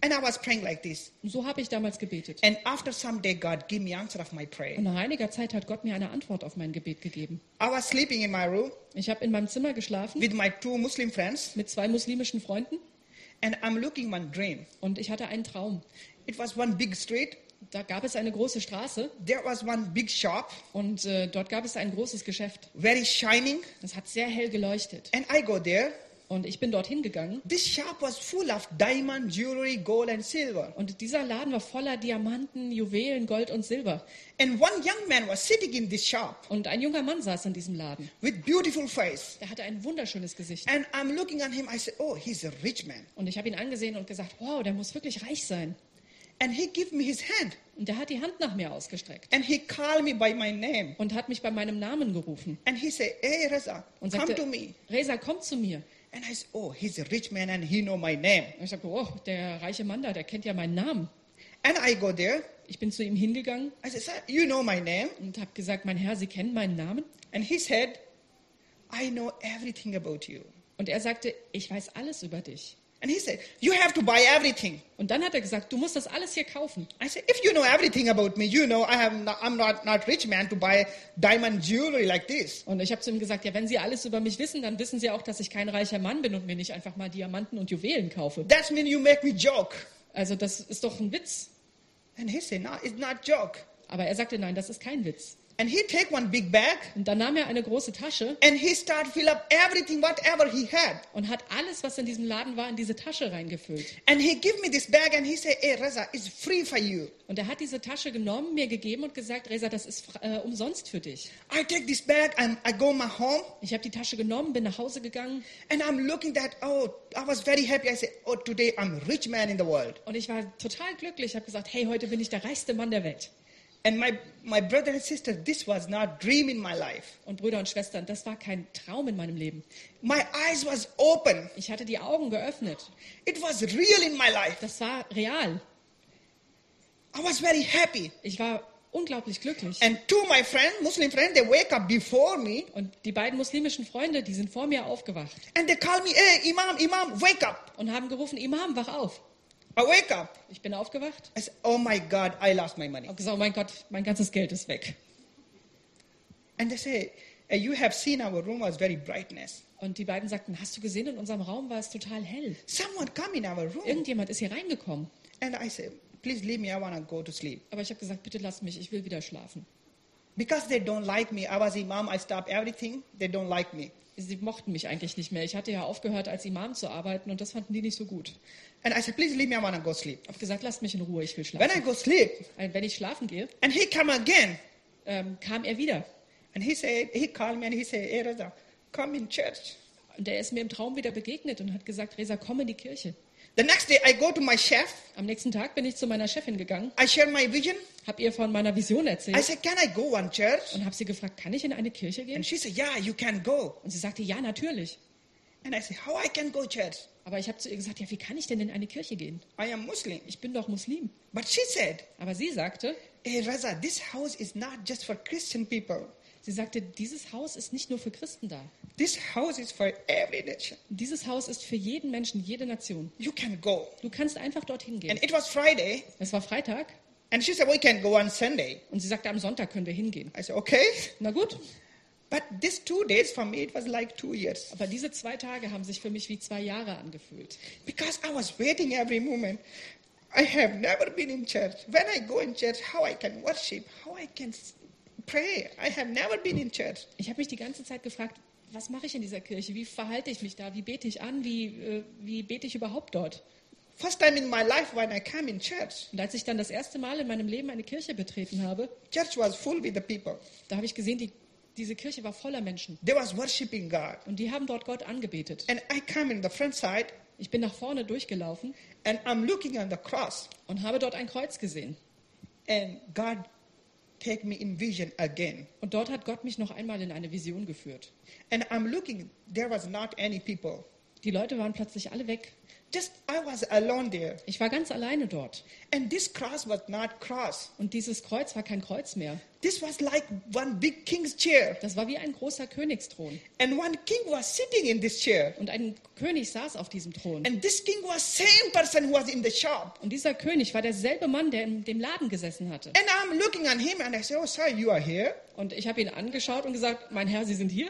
S2: And I was praying like this.
S3: Und so habe ich damals gebetet.
S2: And after some day, God gave me answer of my prayer.
S3: Und nach einiger Zeit hat Gott mir eine Antwort auf mein Gebet gegeben.
S2: I was sleeping in my room
S3: Ich habe in meinem Zimmer geschlafen
S2: with my two Muslim friends,
S3: mit zwei muslimischen Freunden
S2: and I'm looking one dream.
S3: und ich hatte einen Traum.
S2: It was one big street.
S3: Da gab es eine große Straße
S2: There was one big shop,
S3: und äh, dort gab es ein großes Geschäft.
S2: very shining.
S3: Es hat sehr hell geleuchtet
S2: And I go there.
S3: und ich bin dorthin gegangen
S2: This shop was full of diamond, jewelry, gold, and silver.
S3: und dieser Laden war voller Diamanten, Juwelen, Gold und Silber.
S2: And one young man was sitting in this shop
S3: Und ein junger Mann saß in diesem Laden.
S2: with beautiful face.
S3: Der hatte ein wunderschönes Gesicht.
S2: And I'm looking at him. I said, "Oh, he's a rich man."
S3: Und ich habe ihn angesehen und gesagt, wow, der muss wirklich reich sein.
S2: And he gave me his hand.
S3: Und der hat die Hand nach mir ausgestreckt
S2: And he called me by my name.
S3: und hat mich bei meinem Namen gerufen
S2: And he said, "Hey, Reza,
S3: und
S2: come
S3: sagte,
S2: to me."
S3: Reza, komm zu mir.
S2: And I said, "Oh, he's a rich man, and he know my name."
S3: Und ich sagte, oh, der reiche Mann da, der kennt ja meinen Namen.
S2: And I go there.
S3: Ich bin zu ihm hingegangen
S2: I said, "Sir, you know my name?"
S3: und habe gesagt, mein Herr, Sie kennen meinen Namen?
S2: And he said, "I know everything about you."
S3: Und er sagte, ich weiß alles über dich.
S2: And he said, "You have to buy everything."
S3: Und dann hat er gesagt, du musst das alles hier kaufen.
S2: I said, if you know everything about me, you know I have not, I'm not not rich man to buy diamond jewelry like this.
S3: Und ich habe zu ihm gesagt, ja, wenn Sie alles über mich wissen, dann wissen Sie auch, dass ich kein reicher Mann bin und mir nicht einfach mal Diamanten und Juwelen kaufe.
S2: That means you make me joke.
S3: Also das ist doch ein Witz.
S2: And he said, no, it's not joke.
S3: Aber er sagte, nein, das ist kein Witz.
S2: And he take one big bag
S3: Und dann nahm er eine große Tasche
S2: and he start fill up everything whatever he had.
S3: und hat alles, was in diesem Laden war, in diese Tasche reingefüllt.
S2: And he give me this bag and he say, hey Reza, it's free for you.
S3: Und er hat diese Tasche genommen, mir gegeben und gesagt, Reza, das ist fr- äh, umsonst für dich.
S2: I take this bag and I go my home
S3: Ich habe die Tasche genommen, bin nach Hause gegangen
S2: and I'm looking that oh I was very happy. I say, oh today I'm rich man in the world.
S3: und ich war total glücklich. Ich habe gesagt, hey, heute bin ich der reichste Mann der Welt.
S2: And my my brother and sister, this was not dream in my life.
S3: Und Brüder und Schwestern, das war kein Traum in meinem Leben.
S2: My eyes was open.
S3: Ich hatte die Augen geöffnet.
S2: It was real in my life.
S3: Das war real.
S2: I was very happy.
S3: Ich war unglaublich glücklich.
S2: And two my friend, Muslim friend, they wake up before me
S3: Und die beiden muslimischen Freunde, die sind vor mir aufgewacht
S2: and they call me, hey, Imam, Imam, wake up.
S3: und haben gerufen, Imam, wach auf.
S2: I wake up.
S3: Ich bin aufgewacht
S2: I said, oh my God, I lost my money.
S3: und gesagt, oh mein Gott, mein ganzes Geld ist weg.
S2: And they say, "Hey, you have seen our room was very brightness.
S3: Und die beiden sagten, hast du gesehen, in unserem Raum war es total hell.
S2: Someone come in our room.
S3: Irgendjemand ist hier reingekommen.
S2: And I said, please leave me, I want to go to sleep.
S3: Aber ich habe gesagt, bitte lass mich, ich will wieder schlafen.
S2: Because they don't like me. I was Imam, I stopped everything. They don't like me.
S3: Sie mochten mich eigentlich nicht mehr. Ich hatte ja aufgehört, als Imam zu arbeiten und das fanden die nicht so gut.
S2: And I said, please leave me, I want to go sleep.
S3: Ich habe gesagt, lasst mich in Ruhe, ich will
S2: When
S3: schlafen.
S2: I go sleep,
S3: Und Wenn ich schlafen gehe,
S2: and he come again.
S3: ähm, kam er wieder.
S2: And he said, he called me and he said, hey, Raza, come in church.
S3: Und er ist mir im Traum wieder begegnet und hat gesagt, Resa, komm in die Kirche.
S2: The next day, I go to my chef.
S3: Am nächsten Tag bin ich zu meiner Chefin gegangen,
S2: I share my vision.
S3: habe ihr von meiner Vision
S2: I
S3: erzählt
S2: said, Can I go on church?
S3: und habe sie gefragt, kann ich in eine Kirche
S2: And
S3: gehen?
S2: she said, Yeah, you can go.
S3: Und sie sagte, ja, natürlich.
S2: And I said, How I can go church?
S3: Aber ich habe zu ihr gesagt, ja, wie kann ich denn in eine Kirche gehen?
S2: I am Muslim.
S3: Ich bin doch Muslim.
S2: But she said,
S3: Aber sie sagte,
S2: Hey Raza, this house is not just for Christian people.
S3: sie sagte, dieses Haus ist nicht nur für Christen da.
S2: This house is for every nation.
S3: Dieses Haus ist für jeden Menschen, jede Nation.
S2: You can go.
S3: Du kannst einfach dorthin
S2: And
S3: gehen.
S2: it was Friday.
S3: Es war Freitag
S2: And she said, We can go on Sunday.
S3: und sie sagte, am Sonntag können wir hingehen.
S2: I said, Okay.
S3: Na gut,
S2: But these two days for me, it was like two years.
S3: aber diese zwei Tage haben sich für mich wie zwei Jahre angefühlt.
S2: Because I was waiting every moment. I have never been in church. When I go in church, how I can worship, how I can s- pray. I have never been in church.
S3: Ich habe mich die ganze Zeit gefragt, was mache ich in dieser Kirche? Wie verhalte ich mich da? Wie bete ich an? Wie, äh, wie bete ich überhaupt dort?
S2: First time in my life when I came in church,
S3: Und als ich dann das erste Mal in meinem Leben eine Kirche betreten habe,
S2: church was full with the people.
S3: da habe ich gesehen, die, diese Kirche war voller Menschen.
S2: They was worshiping God.
S3: Und die haben dort Gott angebetet.
S2: And I come in the front side
S3: Ich bin nach vorne durchgelaufen
S2: and I'm looking on the cross
S3: und habe dort ein Kreuz gesehen.
S2: and God take me in vision again.
S3: Und dort hat Gott mich noch einmal in eine Vision geführt.
S2: And I'm looking, there was not any people.
S3: Die Leute waren plötzlich alle weg.
S2: Just I was alone there.
S3: Ich war ganz alleine dort.
S2: And this cross was not cross.
S3: Und dieses Kreuz war kein Kreuz mehr.
S2: This was like one big king's chair.
S3: Das war wie ein großer Königsthron.
S2: And one king was sitting in this chair.
S3: Und ein König saß auf diesem Thron.
S2: And this king was same person who was in the shop.
S3: Und dieser König war derselbe Mann, der in dem Laden gesessen hatte.
S2: And I'm looking at him and I say, Oh, sir, you are here.
S3: Und ich habe ihn angeschaut und gesagt, mein Herr, Sie sind hier?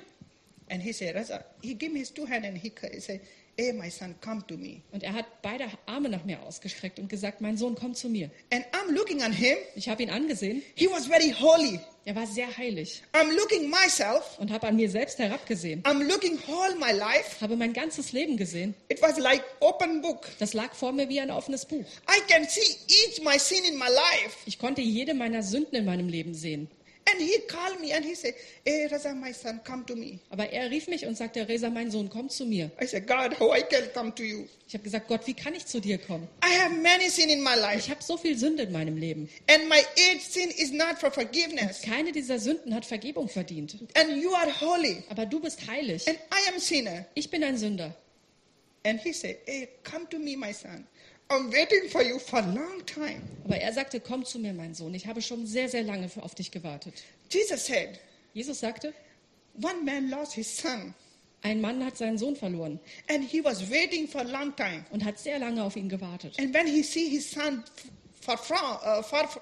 S2: And he said, "Raza," he gave me his two hand and he ca- he said, Hey, my son, come to me.
S3: Und er hat beide Arme nach mir ausgestreckt und gesagt, mein Sohn, komm zu mir.
S2: And I'm looking at him.
S3: Ich habe ihn angesehen.
S2: He was very holy.
S3: Er war sehr heilig
S2: I'm looking myself.
S3: und habe an mir selbst herabgesehen.
S2: I'm looking all my life.
S3: Habe mein ganzes Leben gesehen.
S2: It was like open book.
S3: Das lag vor mir wie ein offenes Buch.
S2: I can see each my sin in my life.
S3: Ich konnte jede meiner Sünden in meinem Leben sehen.
S2: And he called me and he said, Hey, Raza, my son, come to me.
S3: Aber er rief mich und sagte, Reza, mein Sohn, komm zu mir.
S2: I said, God, how I can come to you?
S3: Ich habe gesagt, Gott, wie kann ich zu dir kommen?
S2: I have many sin in my life.
S3: Ich habe so viel Sünde in meinem Leben.
S2: And my eighth sin is not for forgiveness.
S3: Keine dieser Sünden hat Vergebung verdient.
S2: And you are holy.
S3: Aber du bist heilig.
S2: And I am sinner.
S3: Ich bin ein Sünder.
S2: And he said, Hey, come to me, my son. I'm waiting for you for a long time.
S3: Aber er sagte, komm zu mir, mein Sohn. Ich habe schon sehr, sehr lange für- auf dich gewartet.
S2: Jesus said,
S3: Jesus sagte,
S2: One man lost his son,
S3: ein Mann hat seinen Sohn verloren
S2: and he was waiting for a long time.
S3: und hat sehr lange auf ihn gewartet.
S2: And when he see his son f- far from, uh, far from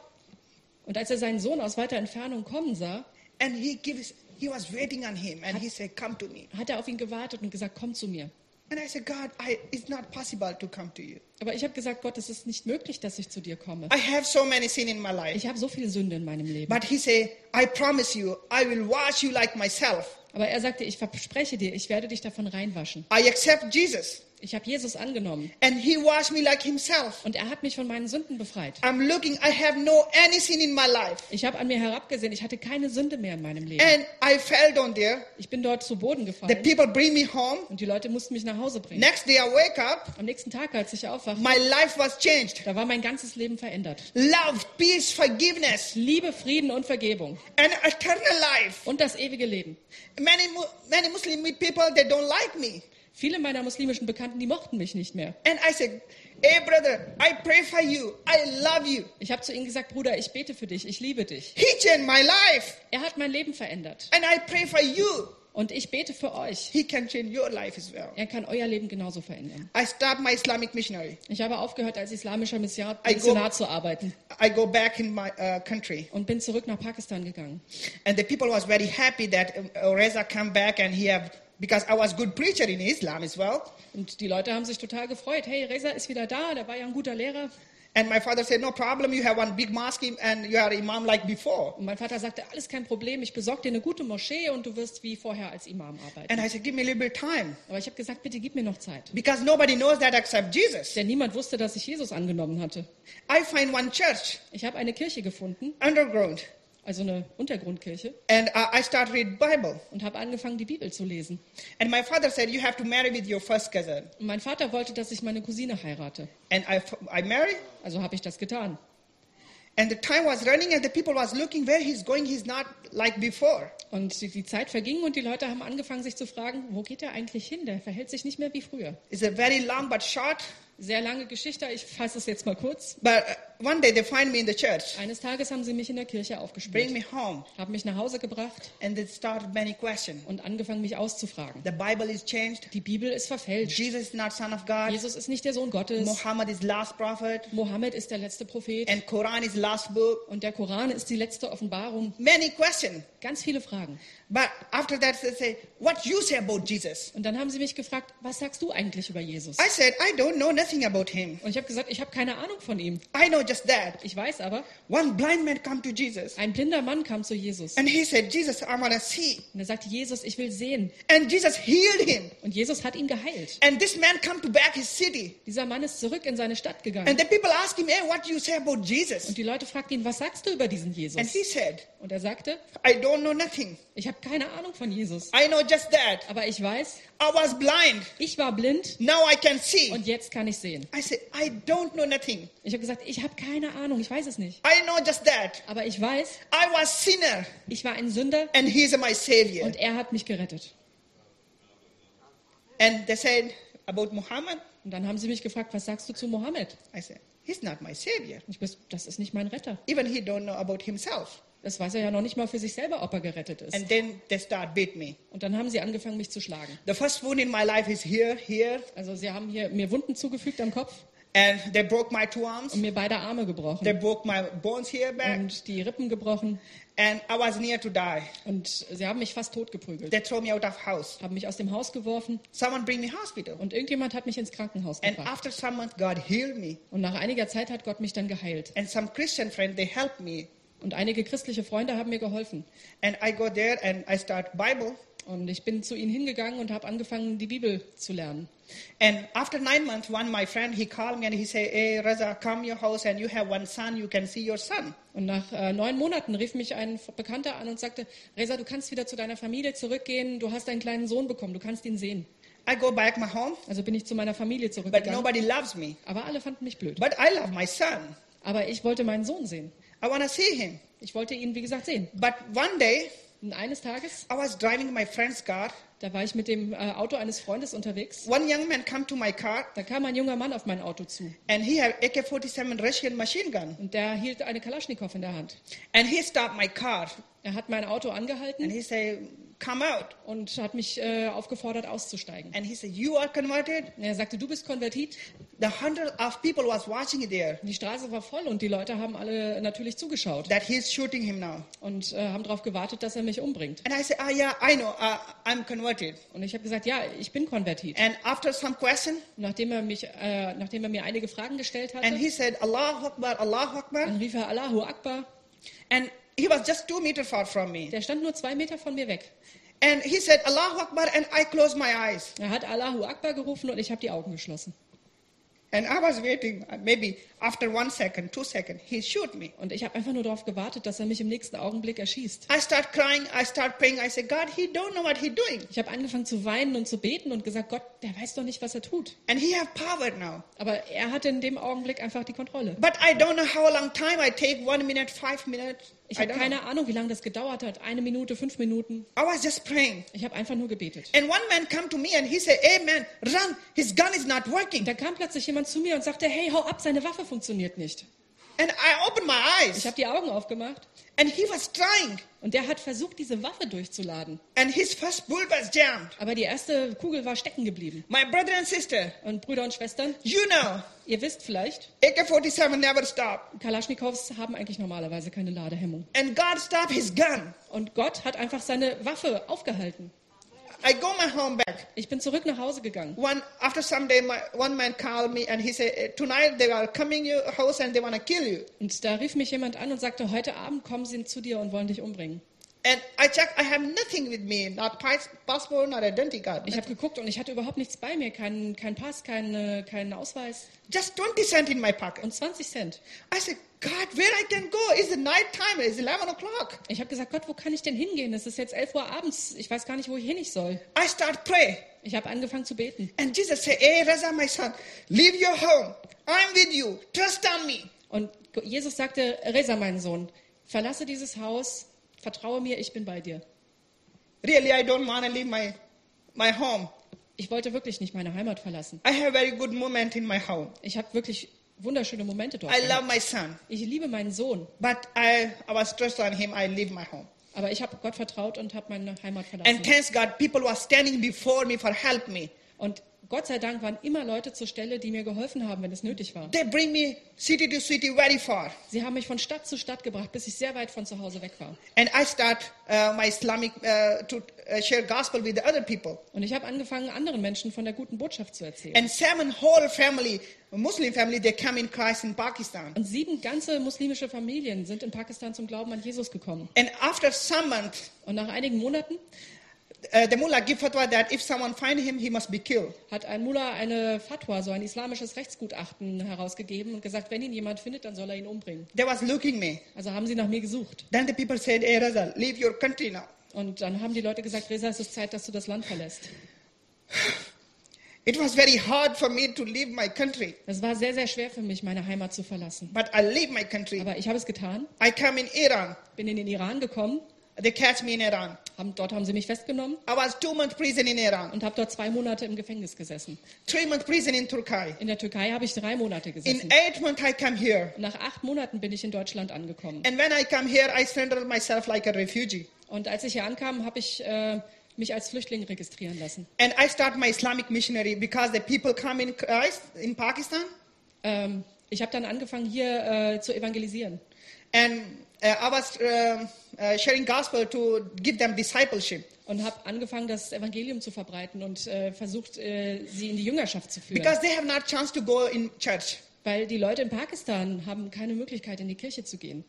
S3: Und als er seinen Sohn aus weiter Entfernung kommen sah,
S2: and he gives, he was waiting on him, and he said, "Come to me."
S3: hat er auf ihn gewartet und gesagt, komm zu mir.
S2: And I said, "God, I, it's not possible to come to you.
S3: Aber ich habe gesagt, Gott, es ist nicht möglich, dass ich zu dir komme.
S2: I have so many sin in my life."
S3: Ich habe so viel Sünde in meinem Leben.
S2: But he said, "I promise you, I will wash you like myself.
S3: Aber er sagte, ich verspreche dir, ich werde dich davon reinwaschen.
S2: I accept Jesus,
S3: Ich habe Jesus angenommen
S2: and He washed me like Himself."
S3: und er hat mich von meinen Sünden befreit.
S2: I'm looking. I have no any sin in my life.
S3: Ich habe an mir herabgesehen, ich hatte keine Sünde mehr in meinem Leben.
S2: And I fell down there.
S3: Ich bin dort zu Boden
S2: The
S3: gefallen
S2: people bring me home.
S3: und die Leute mussten mich nach Hause bringen.
S2: Next day I wake up.
S3: Am nächsten Tag, als ich aufwachte,
S2: My life was changed.
S3: da war mein ganzes Leben verändert.
S2: Love, peace, forgiveness,
S3: Liebe, Frieden und Vergebung
S2: and eternal life.
S3: und das ewige Leben.
S2: Many mu- many Muslim people they don't like me.
S3: Viele meiner muslimischen Bekannten, die mochten mich nicht mehr.
S2: And I said, "Hey brother, I pray for you. I love you."
S3: Ich habe zu ihnen gesagt, Bruder, ich bete für dich, ich liebe dich.
S2: He changed my life,
S3: Er hat mein Leben verändert
S2: and I pray for you.
S3: und ich bete für euch.
S2: He can change your life as well.
S3: Er kann euer Leben genauso verändern.
S2: I stopped my Islamic missionary.
S3: Ich habe aufgehört, als islamischer Missionar,
S2: I go-
S3: Missionar zu arbeiten
S2: I go back in my uh, country,
S3: und bin zurück nach Pakistan gegangen.
S2: and the people was very happy that uh, Reza come back and he have because I was good preacher in Islam as well.
S3: Und die Leute haben sich total gefreut. Hey, Reza ist wieder da, der war ja ein guter Lehrer.
S2: And my father said, "No problem. You have one big mosque and you are imam like before."
S3: Und mein Vater sagte, alles kein Problem, ich besorge dir eine gute Moschee und du wirst wie vorher als Imam arbeiten.
S2: And I said, "Give me a little bit of time
S3: Aber ich habe gesagt, bitte gib mir noch Zeit.
S2: because nobody knows that except Jesus."
S3: Denn niemand wusste, dass ich Jesus angenommen hatte.
S2: I find one church
S3: Ich habe eine Kirche gefunden,
S2: underground,
S3: also eine Untergrundkirche,
S2: and uh, I start read Bible.
S3: und habe angefangen, die Bibel zu lesen.
S2: And my father said, "You have to marry with your first cousin."
S3: Und mein Vater wollte, dass ich meine Cousine heirate.
S2: And I, f- I marry.
S3: Also habe ich das getan.
S2: And the time was running, and the people was looking where he's going. He's not like before.
S3: Und die- die Zeit verging und die Leute haben angefangen, sich zu fragen, wo geht er eigentlich hin? Der verhält sich nicht mehr wie früher.
S2: It's a very long but short.
S3: Sehr lange Geschichte, ich fasse es jetzt mal kurz.
S2: But uh, one day they find me in the church,
S3: Eines Tages haben sie mich in der Kirche
S2: bring
S3: aufgespürt,
S2: me home,
S3: haben mich nach Hause gebracht
S2: and they start many questions.
S3: und angefangen, mich auszufragen.
S2: The Bible is changed.
S3: Die Bibel ist verfälscht.
S2: Jesus is not son of God.
S3: Jesus ist nicht der Sohn Gottes.
S2: Muhammad is last prophet,
S3: Mohammed ist der letzte Prophet.
S2: and Quran is last book.
S3: Und der Koran ist die letzte Offenbarung.
S2: Many questions.
S3: Ganz viele Fragen.
S2: But after that, they say, "What you say about Jesus?"
S3: Und dann haben sie mich gefragt, was sagst du eigentlich über Jesus?
S2: I said, "I don't know nothing about him.
S3: Und ich habe gesagt, ich habe keine Ahnung von ihm.
S2: I know just that.
S3: Ich weiß aber,
S2: One blind man come to Jesus
S3: ein blinder Mann kam zu Jesus
S2: and he said, Jesus, I want to see.
S3: und er sagte, Jesus, ich will sehen.
S2: And Jesus healed him.
S3: Und Jesus hat ihn geheilt.
S2: And this man come to back his city.
S3: Dieser Mann ist zurück in seine Stadt
S2: And
S3: gegangen.
S2: the people ask him, hey, what do you say about Jesus?
S3: Und die Leute fragten ihn, was sagst du über diesen
S2: And
S3: Jesus?
S2: he said,
S3: Und er sagte,
S2: I don't know nothing.
S3: ich habe keine Ahnung von Jesus.
S2: I know just that.
S3: Aber ich weiß,
S2: I was blind.
S3: ich war blind
S2: Now I can see.
S3: und jetzt kann ich sehen.
S2: I said, I don't know nothing.
S3: Ich habe gesagt, ich habe keine Ahnung, ich weiß es nicht.
S2: I know just that.
S3: Aber ich weiß,
S2: I was sinner
S3: ich war ein Sünder
S2: and he's my savior.
S3: und er hat mich gerettet.
S2: And they said about Muhammad.
S3: Und dann haben sie mich gefragt, was sagst du zu Mohammed?
S2: I said, he's not my savior.
S3: Und ich gesagt, das ist nicht mein Retter.
S2: Even he don't know about himself.
S3: Das weiß er ja noch nicht mal für sich selber, ob er gerettet ist.
S2: And then they start beat me.
S3: Und dann haben sie angefangen, mich zu schlagen.
S2: The first wound in my life is here, here,
S3: Also sie haben hier mir Wunden zugefügt am Kopf
S2: and they broke my two arms.
S3: und mir beide Arme
S2: They
S3: gebrochen
S2: broke my bones here back,
S3: und die Rippen gebrochen
S2: and I was near to die.
S3: und sie haben mich fast tot geprügelt,
S2: They throw me out of house.
S3: haben mich aus dem Haus geworfen
S2: Someone bring me hospital.
S3: und irgendjemand hat mich ins Krankenhaus
S2: And
S3: gebracht.
S2: after some months, God healed me.
S3: Und nach einiger Zeit hat Gott mich dann geheilt.
S2: And some Christian friend they helped me.
S3: Und einige christliche Freunde haben mir geholfen.
S2: And I go there and I start Bible.
S3: Und ich bin zu ihnen hingegangen und habe angefangen, die Bibel zu lernen.
S2: And after nine months, one my friend he called me and he said, "Hey, Raza, come your house and you have one son. You can see your son."
S3: Und nach äh, neun Monaten rief mich ein Bekannter an und sagte, Reza, du kannst wieder zu deiner Familie zurückgehen, du hast einen kleinen Sohn bekommen, du kannst ihn sehen.
S2: I go back my home,
S3: Also bin ich zu meiner Familie
S2: but
S3: zurückgegangen.
S2: nobody loves me.
S3: Aber alle fanden mich blöd.
S2: But I love my son.
S3: Aber ich wollte meinen Sohn sehen.
S2: I want to see him.
S3: Ich wollte ihn, wie gesagt, sehen.
S2: But one day,
S3: Und eines Tages,
S2: I was driving my friend's car.
S3: da war ich mit dem äh, Auto eines Freundes unterwegs.
S2: One young man come to my car
S3: Da kam ein junger Mann auf mein Auto zu
S2: and he had AK-47 Russian machine gun.
S3: und der hielt eine Kalaschnikow in der Hand.
S2: And he stopped my car
S3: Er hat mein Auto
S2: and
S3: angehalten
S2: he said, "Come out."
S3: und hat mich äh, aufgefordert, auszusteigen.
S2: And he said, "You are converted."
S3: Und er sagte, du bist konvertit.
S2: The hundred of people was watching there
S3: Die Straße war voll und die Leute haben alle natürlich zugeschaut
S2: that he's shooting him now.
S3: und äh, haben darauf gewartet, dass er mich umbringt.
S2: And I said, "Ah, yeah, I know. Uh, I'm converted."
S3: Und ich habe gesagt, ja, ich bin konvertit.
S2: And after some question,
S3: Nachdem er, mich, äh, nachdem er mir einige Fragen gestellt
S2: and
S3: hatte,
S2: he said, "Allahu Akbar, Allahu Akbar,"
S3: dann rief er Allahu Akbar.
S2: and he was just two meter far from me.
S3: Der stand nur zwei Meter von mir weg.
S2: And he said, "Allahu Akbar," and I closed my eyes.
S3: Er hat Allahu Akbar gerufen und ich habe die Augen geschlossen.
S2: And I was waiting. uh, Maybe after one second, two second, he shoot me.
S3: Und ich habe einfach nur darauf gewartet, dass er mich im nächsten Augenblick erschießt.
S2: I start crying. I start praying. I say, "God, he don't know what he doing,
S3: Ich habe angefangen zu weinen und zu beten und gesagt, Gott, der weiß doch nicht, was er tut.
S2: and he have power now."
S3: Aber er hatte in dem Augenblick einfach die Kontrolle.
S2: But I don't know how long time I take. One minute, five minutes.
S3: Ich
S2: I
S3: habe
S2: don't know.
S3: keine Ahnung, wie lange das gedauert hat. Eine Minute, fünf Minuten.
S2: I was just praying.
S3: Ich habe einfach nur gebetet.
S2: And one man come to me and he said, "Hey man, run! His gun is not working."
S3: Da kam plötzlich jemand zu mir und sagte, hey, hau ab, seine Waffe funktioniert nicht.
S2: And I opened my
S3: Ich
S2: eyes,
S3: habe die Augen aufgemacht
S2: and he was trying,
S3: und der hat versucht, diese Waffe durchzuladen.
S2: and his first bullet was jammed.
S3: Aber die erste Kugel war stecken geblieben.
S2: My brother and sister,
S3: Und Brüder und Schwestern,
S2: you know,
S3: ihr wisst vielleicht,
S2: AK-47 never stop,
S3: Kalaschnikows haben eigentlich normalerweise keine Ladehemmung.
S2: and God stopped his gun.
S3: Und Gott hat einfach seine Waffe aufgehalten.
S2: I go my home back.
S3: Ich bin zurück nach Hause gegangen.
S2: One after some day, my, one man called me and he said, "Eh, "Tonight they are coming your house and they want to kill you."
S3: Und da rief mich jemand an und sagte, heute Abend kommen sie zu dir und wollen dich umbringen.
S2: And I check, I have nothing with me, not pass- passport, not identity card,
S3: Ich habe geguckt und ich hatte überhaupt nichts bei mir, keinen kein Pass, keinen kein Ausweis
S2: just 20 cent in my pocket.
S3: und 20 Cent.
S2: I said, God, where I can go? It's the night time. It's 11 o'clock.
S3: Ich habe gesagt, Gott, wo kann ich denn hingehen? Es ist jetzt 11 Uhr abends, ich weiß gar nicht, wo ich hin ich soll.
S2: I start pray.
S3: Ich habe angefangen zu beten.
S2: And Jesus said, hey, Raza, my son, leave your home. I'm with you. Trust on me.
S3: Und Jesus sagte, Reza, mein Sohn, verlasse dieses Haus, vertraue mir, ich bin bei dir.
S2: Really, I don't want to leave my, my home.
S3: Ich wollte wirklich nicht meine Heimat verlassen.
S2: I have very good moment in my home.
S3: Ich habe wirklich wunderschöne Momente dort.
S2: I
S3: gehabt.
S2: love my son.
S3: Ich liebe meinen Sohn,
S2: But I, I was trust on him. I leave my home.
S3: aber ich habe Gott vertraut und habe meine Heimat verlassen.
S2: And thanks God, people were standing before me for help me.
S3: Und Gott sei Dank waren immer Leute zur Stelle, die mir geholfen haben, wenn es nötig war.
S2: They bring me city to city very far.
S3: Sie haben mich von Stadt zu Stadt gebracht, bis ich sehr weit von zu Hause weg war.
S2: And I start uh, my Islamic uh, to, uh, share gospel with the other people.
S3: Und ich habe angefangen, anderen Menschen von der guten Botschaft zu erzählen.
S2: And seven whole family, Muslim family, they come in Christ in Pakistan.
S3: Und sieben ganze muslimische Familien sind in Pakistan zum Glauben an Jesus gekommen.
S2: And after some month,
S3: Und nach einigen Monaten
S2: uh, the mullah give fatwa that if someone find him, he must be killed.
S3: hat ein Mullah eine Fatwa, so ein islamisches Rechtsgutachten herausgegeben und gesagt, wenn ihn jemand findet, dann soll er ihn umbringen.
S2: They was looking me.
S3: Also haben sie nach mir gesucht.
S2: Then the people said, "Hey Raza, leave your country now.
S3: Und dann haben die Leute gesagt, Reza, es ist Zeit, dass du das Land verlässt.
S2: It was very hard for me to leave my country,
S3: Es war sehr, sehr schwer für mich, meine Heimat zu verlassen.
S2: but I leave my country.
S3: Aber ich habe es getan,
S2: I come in Iran.
S3: bin in den Iran gekommen,
S2: They catch me in Iran.
S3: haben, dort haben sie mich festgenommen
S2: I was two month prison in Iran,
S3: und habe dort zwei Monate im Gefängnis gesessen.
S2: three month prison in Turkey.
S3: In der Türkei habe ich drei Monate
S2: In
S3: gesessen.
S2: eight month I come here.
S3: Nach acht Monaten bin ich in Deutschland angekommen.
S2: And when I come here, I surrender myself like a refugee.
S3: Und als ich hier ankam, habe ich äh, mich als Flüchtling registrieren lassen.
S2: And I start my Islamic missionary because the people come in Christ in Pakistan.
S3: Ähm, ich habe dann angefangen, hier äh, zu evangelisieren.
S2: And uh, I was um uh, sharing gospel to give them discipleship.
S3: Und habe angefangen, das Evangelium zu verbreiten und äh, versucht, äh, sie in die Jüngerschaft zu führen.
S2: Because they have not chance to go in church.
S3: Weil die Leute in Pakistan haben keine Möglichkeit, in die Kirche zu gehen.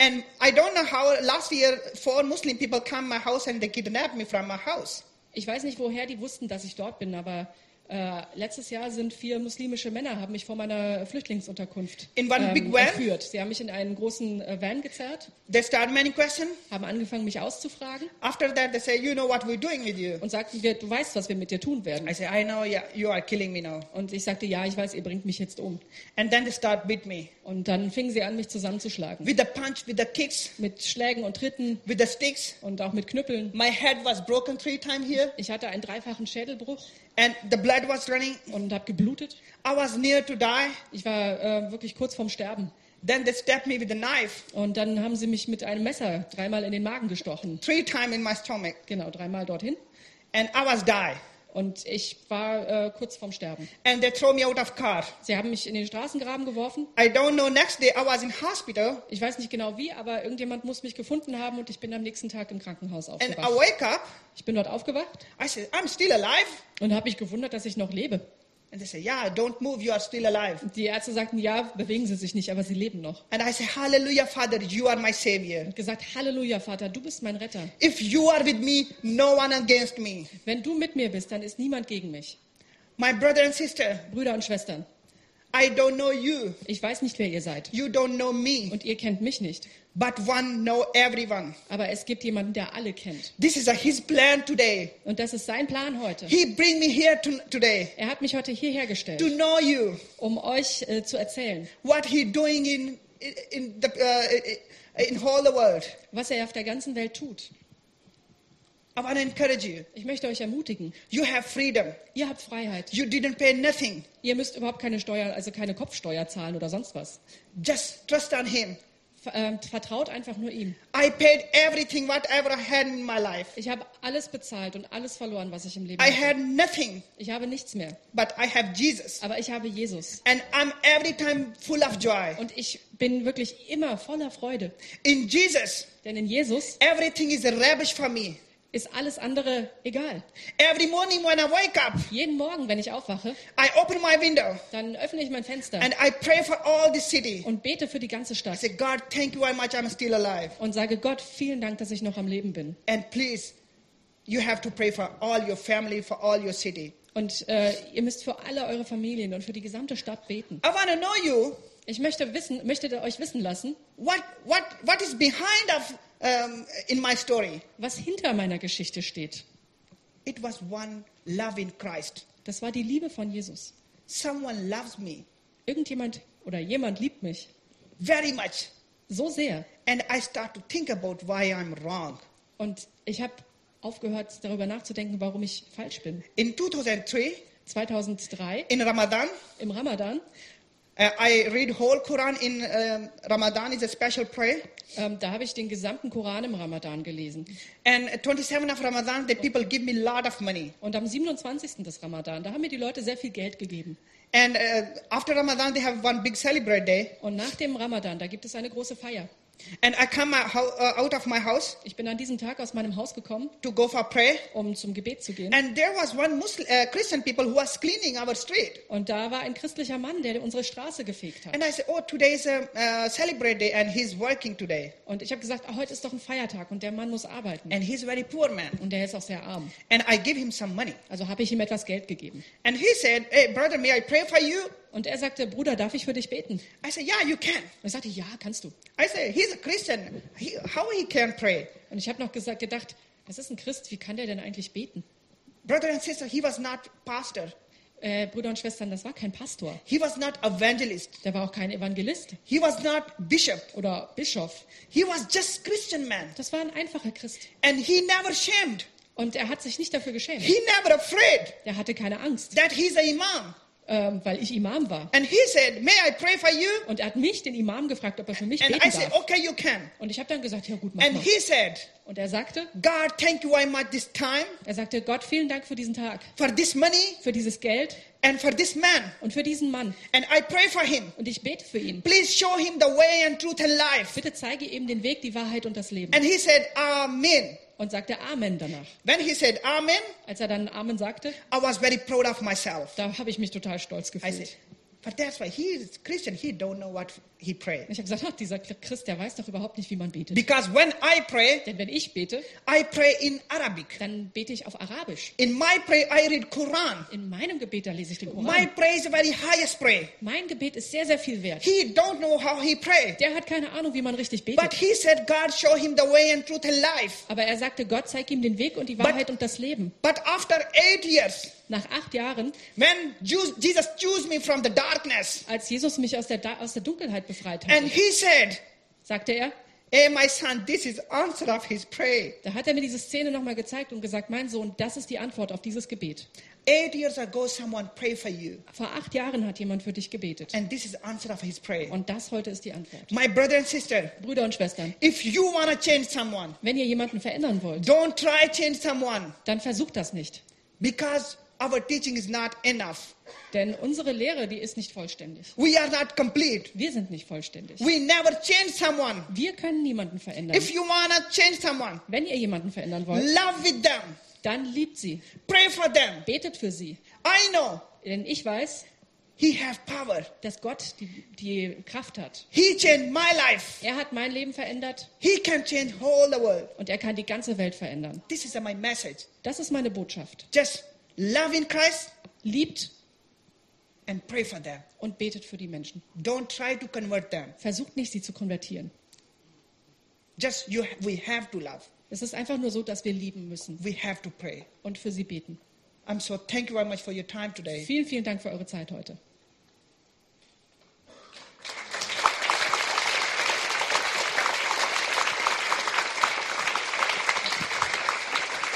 S2: And I don't know how last year four Muslim people come my house and they kidnapped me from my house.
S3: Ich weiß nicht, woher die wussten, dass ich dort bin, aber äh, letztes Jahr sind vier muslimische Männer, haben mich vor meiner Flüchtlingsunterkunft ähm,
S2: In one big van?
S3: entführt. Sie haben mich in einen großen äh, Van gezerrt,
S2: They start many questions.
S3: haben angefangen, mich auszufragen
S2: After that, they say, you know what we're doing with you.
S3: und sagten, wir, du weißt, was wir mit dir tun
S2: I
S3: werden.
S2: say, I know, yeah, you are killing me now.
S3: Und ich sagte, ja, ich weiß, ihr bringt mich jetzt um.
S2: And then they start beat me
S3: Und dann fingen sie an, mich zusammenzuschlagen.
S2: with the punch, with the kicks,
S3: Mit Schlägen und Tritten
S2: with the sticks.
S3: und auch mit Knüppeln.
S2: My head was broken three times here,
S3: Ich hatte einen dreifachen Schädelbruch
S2: and the blood was running.
S3: und habe geblutet.
S2: I was near to die.
S3: Ich war äh, wirklich kurz vorm Sterben.
S2: Then they stabbed me with a knife
S3: Und dann haben sie mich mit einem Messer dreimal in den Magen gestochen.
S2: three times in my stomach,
S3: Genau, dreimal dorthin.
S2: and I was die.
S3: Und ich war äh, kurz vorm Sterben.
S2: And they throw me out of car.
S3: Sie haben mich in den Straßengraben geworfen.
S2: I don't know. Next day, I was in hospital,
S3: Ich weiß nicht genau wie, aber irgendjemand muss mich gefunden haben und ich bin am nächsten Tag im Krankenhaus
S2: and I
S3: aufgewacht.
S2: wake up.
S3: Ich bin dort aufgewacht
S2: I said, I'm still alive.
S3: und habe mich gewundert, dass ich noch lebe.
S2: And they say, Yeah, don't move. You are still alive.
S3: Die Ärzte sagten, ja, bewegen Sie sich nicht, aber Sie leben noch.
S2: And I say, Hallelujah, Father, you are my savior.
S3: Und gesagt, Halleluja, Vater, du bist mein Retter.
S2: If you are with me, no one against me.
S3: Wenn du mit mir bist, dann ist niemand gegen mich.
S2: My brother and sister,
S3: Brüder und Schwestern,
S2: I don't know you.
S3: ich weiß nicht, wer ihr seid.
S2: You don't know me.
S3: Und ihr kennt mich nicht.
S2: But one know everyone.
S3: Aber es gibt jemanden, der alle kennt.
S2: This is a, his plan today.
S3: Und das ist sein Plan heute.
S2: He bring me here to, today
S3: Er hat mich heute hierher gestellt,
S2: to know you.
S3: um euch äh, zu erzählen,
S2: What he doing in in the uh, in all the world.
S3: was er auf der ganzen Welt tut.
S2: I want to encourage you.
S3: Ich möchte euch ermutigen.
S2: You have freedom.
S3: Ihr habt Freiheit.
S2: You didn't pay nothing.
S3: Ihr müsst überhaupt keine Steuer, also keine Kopfsteuer zahlen oder sonst was.
S2: Just trust on him.
S3: Ver ähm, vertraut einfach nur ihm.
S2: I paid everything whatever I had in my life.
S3: Ich habe alles bezahlt und alles verloren, was ich im Leben
S2: I
S3: hatte.
S2: had nothing,
S3: Ich habe nichts mehr,
S2: but I have Jesus.
S3: aber ich habe Jesus.
S2: And I'm every time full of joy.
S3: Und ich bin wirklich immer voller Freude,
S2: In Jesus,
S3: denn in Jesus
S2: everything is rubbish for me.
S3: ist alles andere egal.
S2: Every morning when I wake up,
S3: Jeden Morgen, wenn ich aufwache,
S2: I open my window
S3: dann öffne ich mein Fenster
S2: and I pray for all the city.
S3: und bete für die ganze
S2: I
S3: Stadt
S2: say, God, thank you very much. I'm still alive.
S3: und sage Gott, vielen Dank, dass ich noch am Leben bin.
S2: And please, you have to pray for all your family, for all your city.
S3: Und äh, ihr müsst für alle eure Familien und für die gesamte Stadt beten.
S2: I want to know you.
S3: Ich möchte wissen, möchte euch wissen lassen,
S2: What, what, what is behind of um, in my story?
S3: was hinter meiner Geschichte steht.
S2: It was one love in Christ.
S3: Das war die Liebe von Jesus.
S2: Someone loves me
S3: Irgendjemand oder jemand liebt mich
S2: very much,
S3: so sehr.
S2: and I start to think about why I'm wrong.
S3: Und ich habe aufgehört, darüber nachzudenken, warum ich falsch bin.
S2: In 2003,
S3: 2003
S2: in Ramadan,
S3: im Ramadan,
S2: uh, I read whole Quran. In um, Ramadan is a special prayer.
S3: ähm, da habe ich den gesamten Koran im Ramadan gelesen.
S2: And 27 of Ramadan, the people give me a lot of money.
S3: Und am 27. des Ramadan, da haben mir die Leute sehr viel Geld gegeben.
S2: And uh, after Ramadan, they have one big celebrate day.
S3: Und nach dem Ramadan, da gibt es eine große Feier.
S2: And I come out, ho- uh, out of my house
S3: Ich bin an diesem Tag aus meinem Haus gekommen,
S2: to go for prayer.
S3: um zum Gebet zu gehen.
S2: And there was one Muslim, uh, Christian people who was cleaning our street.
S3: Und da war ein christlicher Mann, der unsere Straße gefegt hat.
S2: And I said, oh, today is a uh, celebrate day and he's working today.
S3: Und ich habe gesagt, ah, heute ist doch ein Feiertag und der Mann muss arbeiten.
S2: And he's a very poor man.
S3: Und der ist auch sehr arm.
S2: And I give him some money.
S3: Also habe ich ihm etwas Geld gegeben.
S2: And he said, hey, brother, may I pray for you?
S3: Und er sagte, Bruder, darf ich für dich beten?
S2: I said, yeah, you can.
S3: Und ich sagte, ja, kannst du.
S2: I said, he's a Christian. He, how he can pray?
S3: Und ich habe noch gesagt, gedacht, das ist ein Christ, wie kann der denn eigentlich beten?
S2: Brother and sister, he was not pastor.
S3: Äh, Brüder und Schwestern, das war kein Pastor.
S2: He was not evangelist.
S3: Der war auch kein Evangelist
S2: He was not bishop.
S3: oder Bischof.
S2: He was just Christian man.
S3: Das war ein einfacher Christ.
S2: And he never shamed.
S3: Und er hat sich nicht dafür geschämt.
S2: He never afraid
S3: Er hatte keine Angst,
S2: that he's an imam.
S3: ähm, weil ich Imam war.
S2: And he said, may I pray for you?
S3: Und er hat mich, den Imam, gefragt, ob er für mich
S2: And
S3: beten
S2: I said,
S3: darf.
S2: okay, you can.
S3: Und ich habe dann gesagt, ja gut, mach
S2: And
S3: mal.
S2: he said,
S3: Und er sagte,
S2: God, thank you very much this time
S3: er sagte, Gott, vielen Dank für diesen Tag,
S2: for this money
S3: für dieses Geld
S2: and for this man.
S3: und für diesen Mann.
S2: And I pray for him.
S3: Und ich bete für ihn.
S2: Please show him the way and truth and life.
S3: Bitte zeige ihm den Weg, die Wahrheit und das Leben.
S2: And he said, Amen.
S3: Und sagte Amen danach.
S2: When he said Amen,
S3: Als er dann Amen sagte,
S2: I was very proud of myself.
S3: da habe ich mich total stolz
S2: I said,
S3: gefühlt.
S2: but that's why he is Christian. He don't know what he
S3: Und
S2: prayed.
S3: ich habe gesagt, ach, dieser Christ, der weiß doch überhaupt nicht, wie man betet.
S2: Because when I pray,
S3: Denn wenn ich bete,
S2: I pray in Arabic.
S3: dann bete ich auf Arabisch.
S2: In my prayer, I read Quran.
S3: In meinem Gebet, da lese ich den
S2: My
S3: Koran.
S2: prayer is the very highest prayer.
S3: Mein Gebet ist sehr, sehr viel wert.
S2: He don't know how he pray.
S3: Der hat keine Ahnung, wie man richtig
S2: But
S3: betet.
S2: he said, God, show him the way and truth and life.
S3: Aber er sagte, Gott zeig ihm den Weg und die Wahrheit und das Leben.
S2: But after eight years,
S3: Nach acht Jahren,
S2: when Jews, Jesus chose me from the darkness,
S3: als Jesus mich aus der, Da- aus der Dunkelheit befreit
S2: and
S3: hat,
S2: he said,
S3: sagte er,
S2: Hey, my son, this is answer of his prayer.
S3: da hat er mir diese Szene nochmal gezeigt und gesagt, mein Sohn, das ist die Antwort auf dieses Gebet.
S2: Eight years ago, someone prayed for you,
S3: Vor acht Jahren hat jemand für dich gebetet.
S2: and this is answer of his prayer.
S3: Und das heute ist die Antwort.
S2: My brother and sister,
S3: Brüder und Schwestern,
S2: if you want to change someone,
S3: wenn ihr jemanden verändern wollt,
S2: don't try change someone
S3: dann versucht das nicht.
S2: because our teaching is not enough.
S3: Denn unsere Lehre, die ist nicht vollständig.
S2: We are not complete.
S3: Wir sind nicht vollständig.
S2: We never change someone.
S3: Wir können niemanden verändern.
S2: If you want to change someone,
S3: Wenn ihr jemanden verändern wollt,
S2: love with them,
S3: dann liebt sie,
S2: pray for them.
S3: betet für sie.
S2: I know
S3: Denn ich weiß,
S2: he have power.
S3: dass Gott die, die Kraft hat.
S2: He changed my life.
S3: Er hat mein Leben verändert
S2: He can change whole the world.
S3: und er kann die ganze Welt verändern.
S2: This is my message.
S3: Das ist meine Botschaft.
S2: Just love in Christ
S3: Liebt
S2: and pray for them.
S3: und betet für die Menschen.
S2: Don't try to convert them.
S3: Versucht nicht, sie zu konvertieren.
S2: Just you we have to love.
S3: Es ist einfach nur so, dass wir lieben müssen
S2: We have to pray.
S3: und für sie beten.
S2: I'm so thank you very much for your time today.
S3: Vielen, vielen Dank für eure Zeit heute.